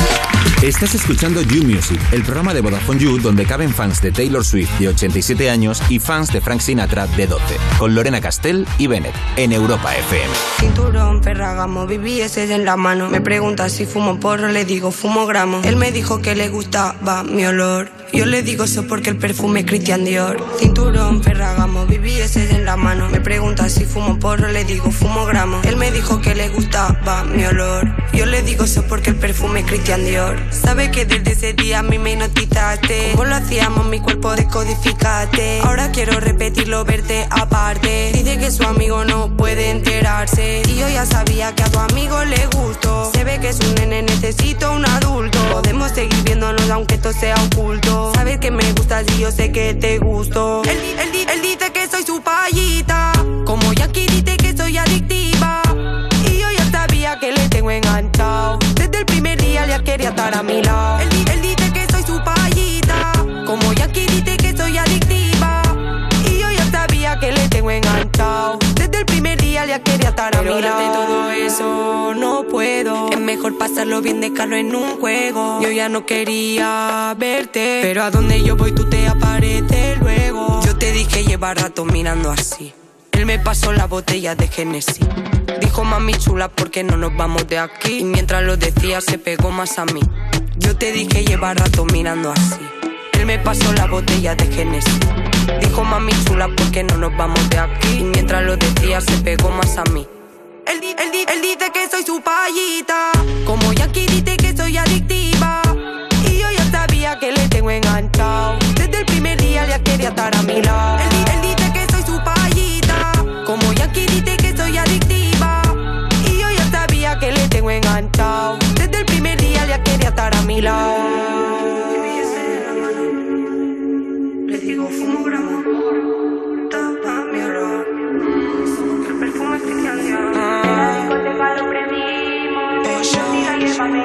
J: Estás escuchando You Music, el programa de Vodafone You donde caben fans de Taylor Swift de 87 años y fans de Frank Sinatra de 12, con Lorena Castell y Bennett en Europa FM.
M: Cinturón, perragamo, BBS en la mano. Me pregunta si fumo porro, le digo fumo gramo. Él me dijo que le gustaba mi olor. Yo le digo eso porque el perfume es Christian Dior. Cinturón, perragamo, BBS en la mano. Me pregunta si fumo porro, le digo fumo gramo. Él me dijo que le gustaba mi olor. Yo le digo eso porque el perfume es Christian Dior. Sabe que desde ese día a mí me notizaste. Como lo hacíamos, mi cuerpo descodificaste. Ahora quiero repetirlo, verte aparte. Dice que su amigo no puede enterarse. Y yo ya sabía que a tu amigo le gustó. Se ve que es un nene, necesito un adulto. Podemos seguir viéndonos aunque esto sea oculto. Sabes que me gustas y yo sé que te gusto. Él, di- él di- él dice que soy su payita. Como Jackie dice que soy adictiva. Y yo ya sabía que le tengo enganchado. Desde el primer día ya quería estar a mi lado. Él, di- él dice que soy su payita. Como Jackie dice que soy adictiva. Y yo ya sabía que le tengo enganchado. Desde el primer día ya quería estar a mi lado. de todo eso no puedo. Es mejor pasarlo bien, dejarlo en un juego. Yo ya no quería verte. Pero a donde yo voy tú te apareces luego. Yo te dije lleva rato mirando así. Él me pasó la botella de Genesis. Dijo mami chula, ¿por qué no nos vamos de aquí? Y mientras lo decía, se pegó más a mí. Yo te dije lleva rato mirando así. Él me pasó la botella de Genesis. Dijo mami chula, ¿por qué no nos vamos de aquí? Y mientras lo decía, se pegó más a mí. Él, di- él di- él dice que soy su payita. Como Jackie dice que soy adictiva. Y yo ya sabía que le tengo enganchado. Desde el primer día ya quería estar a mi lado. Él, di- él dice que soy su payita. Como Jackie dice que soy adictiva. Y yo ya sabía que le tengo enganchado. Desde el primer día ya quería estar a mi lado. Le digo fumo gramo, tapa mi olor. El perfume es Christian Dior. La discoteca lo prendimos. Mira, llévame.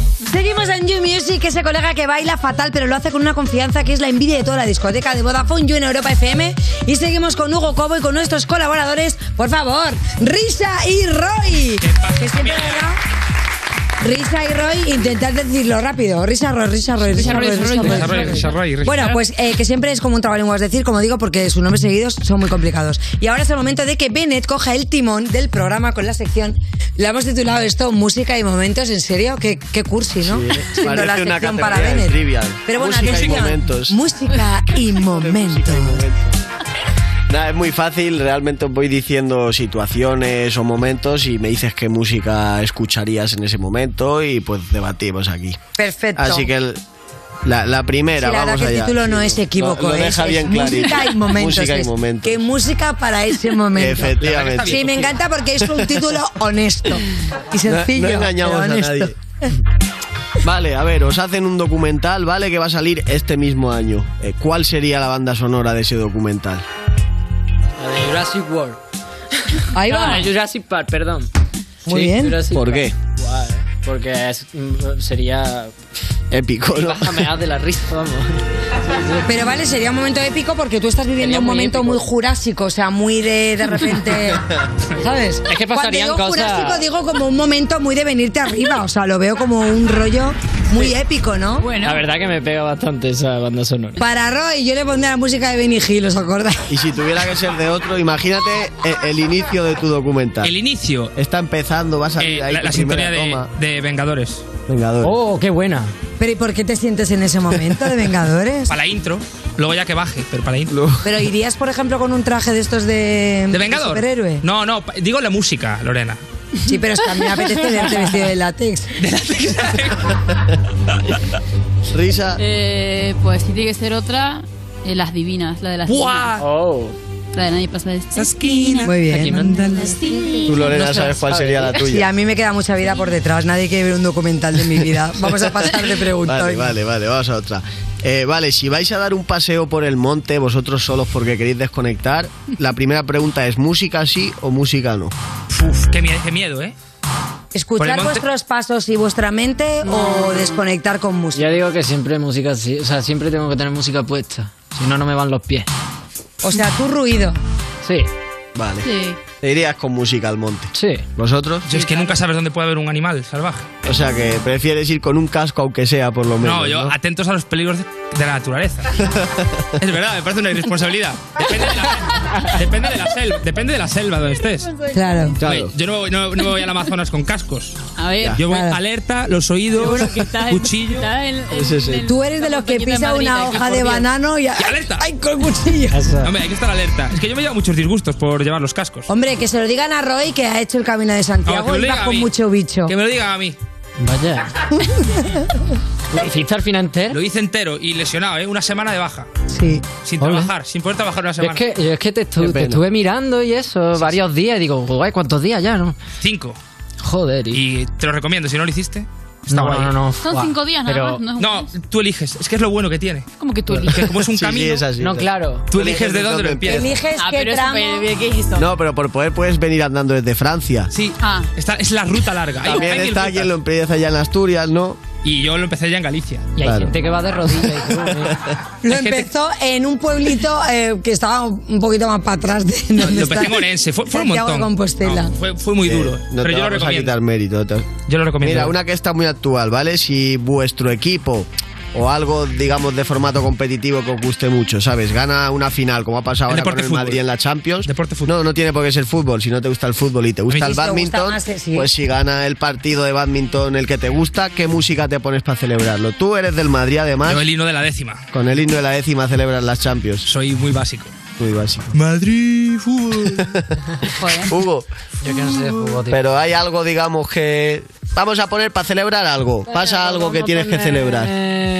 D: Seguimos en You Music, ese colega que baila fatal, pero lo hace con una confianza que es la envidia de toda la discoteca de Vodafone You en Europa FM. Y seguimos con Hugo Cobo y con nuestros colaboradores, por favor, Risa y Roy. Que siempre, ¿verdad? Risa y Roy, intentad decirlo rápido. Risa, Roy, Risa, Roy, Risa, Roy, Risa, Roy.
F: Risa, Roy, Risa, Roy, Risa.
D: Bueno, pues eh, que siempre es como un trabalenguas decir, como digo, porque sus nombres seguidos son muy complicados. Y ahora es el momento de que Bennett coja el timón del programa con la sección. Le hemos titulado esto Música y Momentos, ¿en serio? Qué, qué cursi, ¿no? Siendo la
E: Parece una
D: sección para
E: categoría de
D: Bennett.
E: trivial.
D: Pero bueno,
E: Música y
D: atención.
E: momentos.
D: Música y momentos.
E: Nada, es muy fácil, realmente os voy diciendo situaciones o momentos y me dices qué música escucharías en ese momento y pues debatimos aquí.
D: Perfecto.
E: Así que el- la, la primera,
D: Sí, la verdad
E: vamos
D: que el
E: allá.
D: título no es equívoco,
E: Lo, lo
D: es-
E: deja
D: es
E: bien clarito.
D: música y momentos,
E: Música y
D: es-
E: momentos.
D: Qué música para ese momento.
E: Efectivamente.
D: Sí, me encanta porque es un título honesto y
E: No-
D: sencillo.
E: No, engañamos
D: pero
E: a
D: honesto.
E: nadie. Vale, a ver, os hacen un documental, ¿vale? Que va a salir este mismo año. Eh, ¿Cuál sería la banda sonora de ese documental?
V: La de Jurassic World.
D: Ahí
V: va. Jurassic Park, perdón.
E: Muy bien. ¿Por qué?
V: Guau, eh. Porque es- mm, sería.
E: Épico, ¿no?
V: Bájame haz de la risa, vamos.
D: Pero vale, sería un momento épico porque tú estás viviendo
P: Sería
D: un
P: muy
D: momento
P: épico.
D: muy jurásico, o sea, muy de de repente, ¿sabes?
P: Es que pasarían
D: Cuando digo
P: cosas-
D: jurásico digo como un momento muy de venirte arriba, o sea, lo veo como un rollo muy épico, ¿no? Bueno.
P: La verdad que me pega bastante esa banda sonora.
D: Para Roy yo le pondría la música de Benny Hill, ¿os acordáis?
E: Y si tuviera que ser de otro, imagínate el, el inicio de tu documental.
F: El inicio. Eh,
E: Está empezando, va a salir ahí
F: La, la
E: tu
F: sintonía
E: primera
F: de,
E: toma.
F: de Vengadores.
E: Vengadores.
P: Oh, qué buena.
D: Pero ¿y por qué te sientes en ese momento de Vengadores?
F: Para la intro. Luego ya que baje, pero para la intro.
D: Pero irías, por ejemplo, con un traje de estos de,
F: ¿De Vengador?
D: superhéroe.
F: No, no, pa- digo la música, Lorena.
D: Sí, pero es que a mí me apetece verte vestido de látex.
E: Risa.
G: Eh, pues si tiene que ser otra, eh, las divinas, la de las
F: ¡Buah!
G: divinas.
E: Oh.
G: La de nadie pasa de esta esquina.
D: Muy bien.
G: Aquí no andan las divinas.
E: Tú, Lorena,
G: No se
E: sabes
G: las
E: cuál
G: sabe.
E: sería la tuya.
D: Y a mí me queda mucha vida por detrás. Nadie quiere ver un documental de mi vida. Vamos a pasar de pregunta.
E: Vale,
D: venga.
E: vale, vale, vamos a otra. Eh, vale, si vais a dar un paseo por el monte vosotros solos porque queréis desconectar, la primera pregunta es ¿música sí o música no?
F: Uf, qué, mie- qué miedo, ¿eh? Por el
D: ¿Escuchar
F: monte-
D: vuestros pasos y vuestra mente o desconectar con música?
P: Yo digo que siempre música, sí, o sea, siempre tengo que tener música puesta. Si no, no me van los pies.
D: O sea, tu ruido.
P: Sí.
E: Vale.
P: Sí.
E: ¿Te irías con música al monte?
P: Sí.
E: ¿Vosotros?
F: Yo es que nunca sabes dónde puede haber un animal salvaje.
E: O sea que prefieres ir con un casco aunque sea por lo menos.
F: No, yo atentos a los peligros de, de la naturaleza. es verdad, me parece una irresponsabilidad. Depende de la, depende de la selva, depende de la selva donde estés.
D: Claro.
F: Oye, Yo no, voy- no- no me voy al Amazonas con cascos.
G: A ver,
F: yo voy
G: claro.
F: alerta, los oídos,
G: estás en-
F: cuchillo.
G: estás en-
F: Ese es él.
D: Tú eres de los que
G: Doñita
D: pisa
G: Madrid,
D: una
G: aquí,
F: eh,
D: hoja
G: por
D: de
G: Dios.
D: banano y...
F: ¡Y alerta!
D: ¡Ay, con cuchillo!
F: Hombre, hay que estar alerta. Es que yo me llevo muchos disgustos por llevar los cascos.
D: Hombre, que se lo digan a Roy que ha hecho el camino de
F: Ah, que me
D: Santiago
F: lo
D: y
F: diga
D: va
F: a
D: con
F: mí.
D: mucho bicho.
F: Que me lo diga a mí.
P: Vaya. ¿Lo hiciste al final entero?
F: Lo hice entero y lesionado, ¿eh? Una semana de baja.
D: Sí.
F: Sin
P: Ole.
F: trabajar, sin poder trabajar una
P: Yo es
F: semana.
P: que, eh, yo es que te, estu-
F: Qué
P: te
F: pena.
P: estuve mirando y eso varios días. Digo, guay, ¿cuántos días ya, no?
F: Cinco.
P: Joder.
F: Y te lo recomiendo, si no lo hiciste. está
P: No,
F: guay.
P: no, no.
G: Son cinco días nada más, no es un
F: No, tú eliges. Es que es lo bueno que tiene.
G: Como que tú
F: Que como es un
E: Sí, sí,
F: camino.
E: es así, No, claro.
F: Tú eliges de dónde lo empiezas.
G: ah,
D: qué
G: pero eso
D: tramo.
G: fue- ¿qué es eso?
E: No, pero por poder puedes venir andando desde Francia.
F: Sí,
G: Ah.
F: está- es la ruta larga. Hay-
E: También
F: hay mil
E: está
F: rutas.
E: quien lo empieza ya en Asturias, ¿no?
F: Y yo lo empecé ya en Galicia.
E: Y hay Claro. gente
P: que va de rodillas.
D: Lo empezó en un pueblito eh, que estaba un poquito más para atrás de donde
F: Lo
D: está
F: empecé en Orense. Fue, fue un
D: Santiago de
F: montón.
D: Compostela.
F: No, fue, fue muy duro.
E: Eh, no
F: pero
E: te
F: yo lo
E: vamos a
F: recomiendo.
E: quitar mérito.
F: Yo lo recomiendo.
E: Mira, una que está muy actual, ¿vale? Si vuestro equipo o algo, digamos, de formato competitivo que os guste mucho, ¿sabes? Gana una final, como ha pasado
F: El
E: ahora con
F: deporte
E: el
F: fútbol.
E: Madrid en la Champions. No, no tiene por qué ser fútbol. Si no te gusta el fútbol y te gusta
D: sí.
E: el
D: Si te gusta
E: badminton,
D: más, eh, sí.
E: pues si gana el partido de badminton el que te gusta, ¿qué música te pones para celebrarlo? Tú eres del Madrid, además.
F: Yo el himno de la décima.
E: Con el himno de la décima celebras las Champions.
F: Soy muy básico.
E: Muy básico.
F: Madrid, fútbol.
E: Hugo.
P: Yo que no sé de fútbol, tío.
E: Pero hay algo, digamos, que. Vamos a poner para celebrar algo. Pasa algo que tienes que celebrar.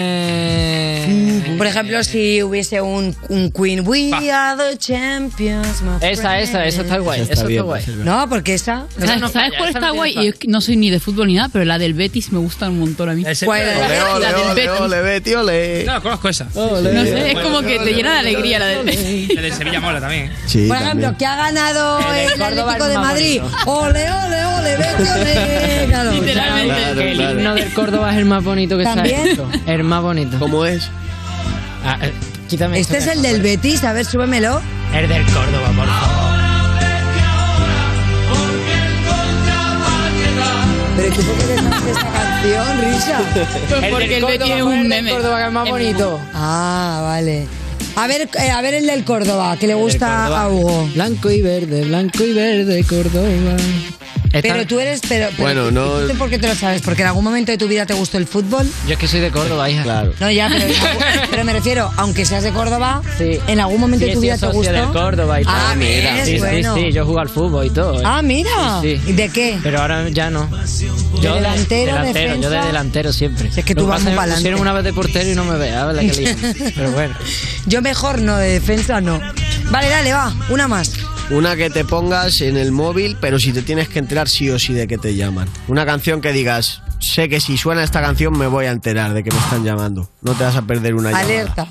D: Por ejemplo, si hubiese un, un Queen, We Are the Champions. my
P: Esa, esa, esa está guay.
D: friend.
P: Esa está guay.
D: No, porque esa.
G: ¿Sabes, ¿sabes cuál está guay? Y es que no soy ni de fútbol ni nada, pero la del Betis me gusta un montón a mí.
D: ¿Cuál? Ole,
G: La
D: ole,
G: del
D: ole,
G: Betis.
E: ole, Betty, ole.
F: No, conozco esas.
G: No sé, es como que te llena de alegría la del
F: La de Sevilla mola también.
E: Sí,
D: Por ejemplo, que ha ganado
F: El
D: el
F: Córdoba
D: Atlético
F: es
D: de
F: más
D: Madrid. Ole, ole, ole, Betty, ole. Claro,
P: Literalmente.
D: claro.
P: el himno del Córdoba es el más bonito que se ha
D: ¿También?
P: hecho. El más bonito. Ah, eh,
E: ¿Cómo es?
P: quítame
D: Este es el del Betis, a ver, súbemelo.
P: El del Córdoba, por favor.
D: Pero tú por qué te sabes esta canción, Risa.
G: porque el Betis es un meme.
P: Córdoba que es más
G: Es
P: bonito.
D: Ah, vale. A ver, eh, a ver el del Córdoba, que le gusta a Hugo.
P: Blanco y verde, blanco y verde, Córdoba.
D: Pero tú eres, pero, pero
P: Bueno,
D: tú-
P: no-
D: ¿tú por qué te lo sabes? Porque en algún momento de tu vida te gustó el fútbol.
P: Yo es que soy de Córdoba, hija.
E: Claro.
D: No, ya, pero, pero me refiero, aunque seas de Córdoba, en algún momento de tu vida te gustó.
P: del Córdoba y todo.
D: Ah, mira.
P: Sí,
D: eres bueno.
P: sí, sí, yo juego al fútbol y todo. ¿eh?
D: Ah, mira.
P: Sí, sí.
D: ¿Y de qué?
P: Pero ahora ya no. de-
D: delantero,
P: yo de
D: defensa?
P: delantero siempre. Es
D: que tú vas muy pa'lante.
P: pusieron una vez de portero y no me veía, la que lío. Pero bueno.
D: Yo mejor no, de defensa no. Vale, dale, va, una más.
E: Una que te pongas en el móvil, pero si te tienes que enterar sí o sí de que te llaman. Una canción que digas, sé que si suena esta canción me voy a enterar de que me están llamando. No te vas a perder una llamada.
D: Alerta.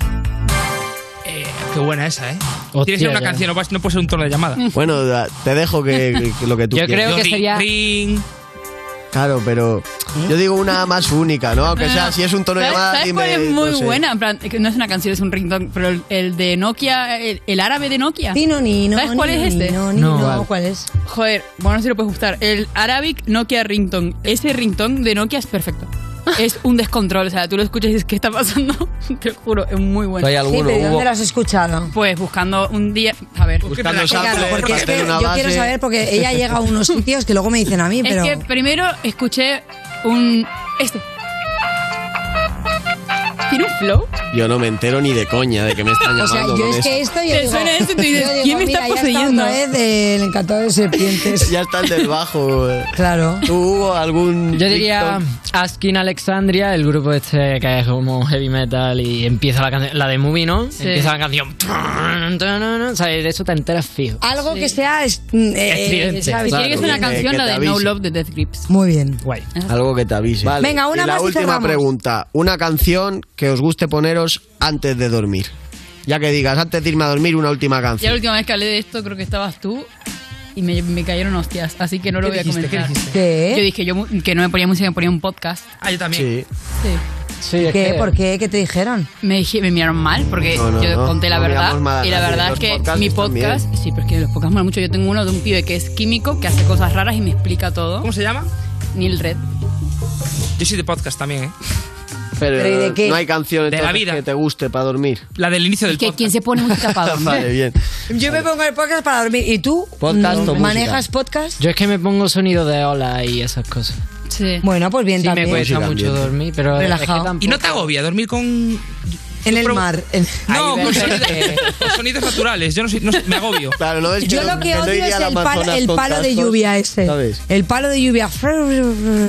F: Qué buena esa, ¿eh? Tienes que ser una
E: ya.
F: canción, no, vas- no puede ser un tono de llamada.
D: Mm.
E: Bueno, da- te dejo que, que- que lo que tú
F: Yo
E: quieras.
F: creo que Yo ri- sería-
E: Claro, pero
M: Yo digo una más única, ¿no? Aunque sea, si es un tono de
G: Ah.
M: llamada,
G: ¿Sabes- ¿sabes
M: dime.
G: cuál es muy
M: no sé.
G: buena? En plan, que no es una canción, es un ringtone, pero el, el de Nokia, el, el árabe de Nokia.
D: no,
G: ¿Sabes cuál
D: ni,
G: es
D: ni,
G: este?
D: no, ni, No, no, ¿cuál? es?
G: Joder, bueno, no sé si lo puedes gustar. El Arabic Nokia ringtone. Ese ringtone de Nokia es perfecto. Es un descontrol, o sea, tú lo escuchas y dices, ¿qué está pasando? Te lo juro, es muy bueno.
D: Sí, pero ¿de dónde lo has escuchado?
G: Pues buscando un día, a ver.
M: Buscando
D: Claro,
M: samples,
D: porque es
M: hacer
D: que
M: una
D: yo quiero
M: base.
D: saber, porque ella llega a unos sitios que luego me dicen a mí, pero...
G: Es que primero escuché un... Este. Tiene un flow.
M: Yo no me entero ni de coña de que me están
D: O sea,
M: llamando.
D: yo
M: con
D: es
M: esto.
D: que esto yo
G: Te
D: digo,
G: suena esto y tú dices,
D: yo digo,
G: ¿quién me está
D: mira, ya
G: poseyendo?
D: otra vez el encantado de serpientes.
M: ya está el del bajo.
D: Claro.
M: ¿Tú hubo algún.?
P: Yo diría
M: TikTok?
P: Askin Alexandria, el grupo este que es como heavy metal y empieza la canción, la de Movie, ¿no?
D: Sí.
P: Empieza la canción. O sea, de eso te enteras fijo.
D: Algo que sea... Es, mm, eh,
P: Estridente.
D: ¿sabes?
P: Si quieres una
D: Eh,
P: canción,
D: que
P: la
D: te
P: de
D: avise.
P: No Love
G: de Death Grips.
D: Muy bien.
P: Guay.
M: Algo que te avise. Vale,
D: Venga, una
M: y la
D: más y
M: última
D: cerramos.
M: pregunta. Una canción que os guste poneros antes de dormir. Ya que digas, antes de irme a dormir, una última
D: Ah,
G: Ya la
M: canción.
G: última vez que hablé de esto creo que estabas tú y me, me cayeron hostias, así que no lo voy
F: ¿Qué
G: a
F: dijiste? ¿Qué
G: comentar.
F: dijiste?
D: ¿Qué?
G: Yo dije yo mu- que no me ponía música, me ponía un podcast.
F: Ah, yo también.
M: Sí.
D: ¿Qué? ¿Por qué? ¿Qué te dijeron?
G: Me, dije, me miraron mal porque
D: No, no,
G: yo
D: no.
G: conté la
D: No
G: verdad
D: digamos mala
G: y la
D: gracia,
G: verdad
D: Ah, los
G: es que
D: podcasts
G: mi
D: están bien.
G: podcast, sí, pero es que los podcasts molan mucho. Yo tengo uno de un pibe que es químico, que hace cosas raras y me explica todo. ¿Cómo
F: se llama?
G: Neil Red.
F: Yo soy de podcast también, ¿eh?
M: Pero,
F: ¿Pero y de qué?
M: no hay canción
F: De la
M: entonces,
F: vida.
M: que te guste para dormir.
F: La del inicio del
G: Que quien se pone música para dormir.
M: Vale, bien.
D: Yo me pongo el podcast para dormir. ¿Y tú? Mm,
P: Podcast o
D: ¿Manejas
P: música.
D: podcast?
P: Yo es que me pongo sonido de ola y esas cosas.
G: Sí.
D: Bueno, pues bien
P: Sí, me
D: también.
P: cuesta mucho dormir, pero es que
D: Relajado.
F: Y no te agobia dormir con.
D: En el mar. en-
F: No, con sonidos, con sonidos naturales. Yo no, soy- no sé, me agobio.
M: Claro, no es
D: Yo lo que odio es el, palo, el palo de lluvia ese. El palo de lluvia.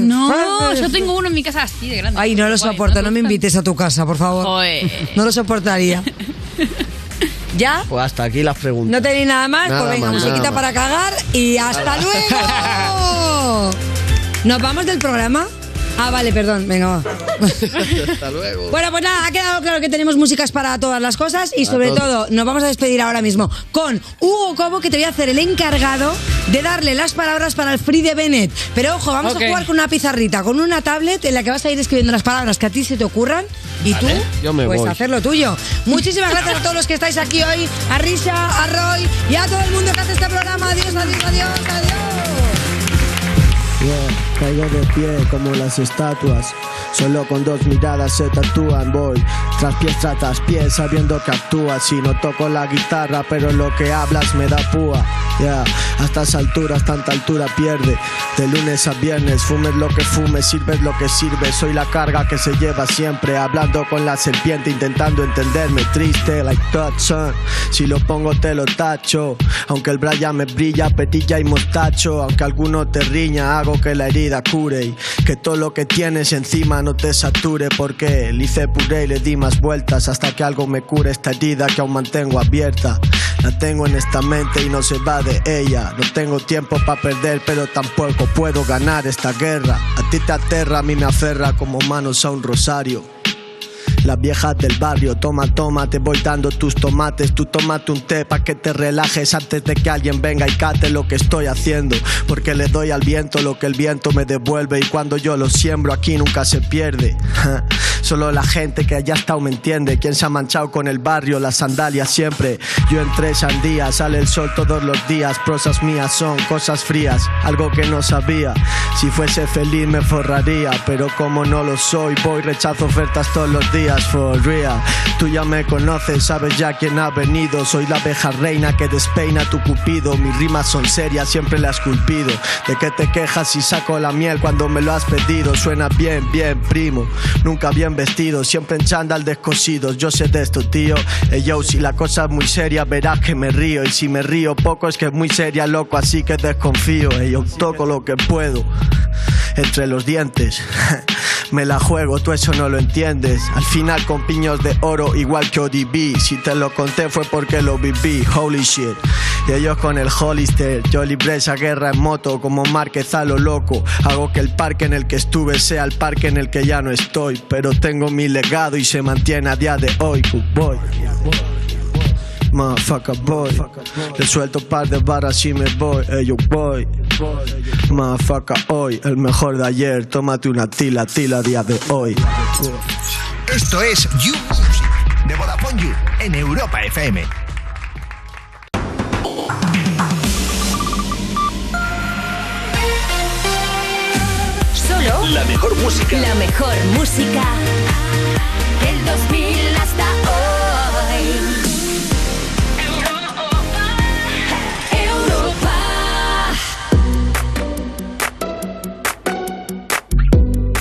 G: No, yo tengo uno en mi casa así de grande.
D: Ah, Ay, no lo
G: Guay,
D: soporto. No me invites a tu casa, por favor.
G: Joder.
D: No lo soportaría. ¿Ya?
M: Pues hasta aquí las preguntas.
D: ¿No tenéis nada más?
M: Nada
D: pues venga,
M: más, nada
D: musiquita
M: más.
D: para cagar y hasta luego. ¿Nos vamos del programa? Ah, vale, perdón, venga, va.
M: Hasta luego.
D: Bueno, pues nada, ha quedado claro que tenemos músicas para todas las cosas y
M: Para
D: sobre
M: todo.
D: todo nos vamos a despedir ahora mismo con Hugo Cobo, que te voy a hacer el encargado de darle las palabras para el Free de Bennett. Pero ojo, vamos
M: Ok.
D: a jugar con una pizarrita, con una tablet en la que vas a ir escribiendo las palabras que a ti se te ocurran y tú
M: Yo me
D: pues
M: voy.
D: hacer lo tuyo. Muchísimas gracias a todos los que estáis aquí hoy, a Risa, a Roy y a todo el mundo que hace este programa. Adiós, adiós, adiós, adiós.
E: Yo caigo de pie como las estatuas. Solo con dos miradas se tatúan, voy tras pies, tras pies, sabiendo que actúas. Si no toco la guitarra, pero lo que hablas me da púa. Ya, a estas alturas, tanta altura pierde. De lunes a viernes, fumes lo que fumes, sirves lo que sirve. Soy la carga que se lleva siempre, hablando con la serpiente, intentando entenderme. Triste, like Dodson. Si lo pongo, te lo tacho. Aunque el Brian me brilla, petilla y mostacho. Aunque alguno te riña, hago que la herida cure. Y que todo lo que tienes encima no te sature. Porque le hice puré y le di más vueltas. Hasta que algo me cure esta herida que aún mantengo abierta. La tengo en esta mente y no se va de ella. No tengo tiempo para perder, pero tampoco puedo ganar esta guerra. A ti te aterra, a mí me aferra como manos a un rosario. Las viejas del barrio, toma, toma, te voy dando tus tomates. Tú tómate un té pa' que te relajes antes de que alguien venga y cate lo que estoy haciendo. Porque le doy al viento lo que el viento me devuelve. Y cuando yo lo siembro, aquí nunca se pierde. Solo la gente que haya estado me entiende. Quien se ha manchado con el barrio, las sandalias siempre. Yo entré sandía, sale el sol todos los días. Prosas mías son cosas frías, algo que no sabía. Si fuese feliz me forraría, pero como no lo soy, voy, rechazo ofertas todos los días, for real. Tú ya me conoces, sabes ya quién ha venido. Soy la abeja reina que despeina tu cupido. Mis rimas son serias, siempre las esculpido. ¿De qué te quejas si saco la miel cuando me lo has pedido? Suena bien, bien, primo. Nunca bien vestido, siempre en chándal descosidos. Yo sé de esto, tío. Ey, yo, si la cosa es muy seria, verás que me río. Y si me río poco, es que es muy seria, loco, así que desconfío. Ey, yo toco lo que puedo entre los dientes. Me la juego, tú eso no lo entiendes. Al final con piños de oro, igual que ODB. Si te lo conté fue porque lo viví, holy shit. Y ellos con el Hollister, yo libré esa guerra en moto como Márquez a lo loco. Hago que el parque en el que estuve sea el parque en el que ya no estoy. Pero tengo mi legado y se mantiene a día de hoy, good boy. Motherfucker boy. Le suelto par de barras y me voy, hey yo boy. Mafaca hoy, el mejor de ayer. Tómate una tila, tila día de hoy.
L: Esto es You Music de Vodafone You en Europa FM.
K: Solo
W: La mejor música.
K: la mejor música del 2000 hasta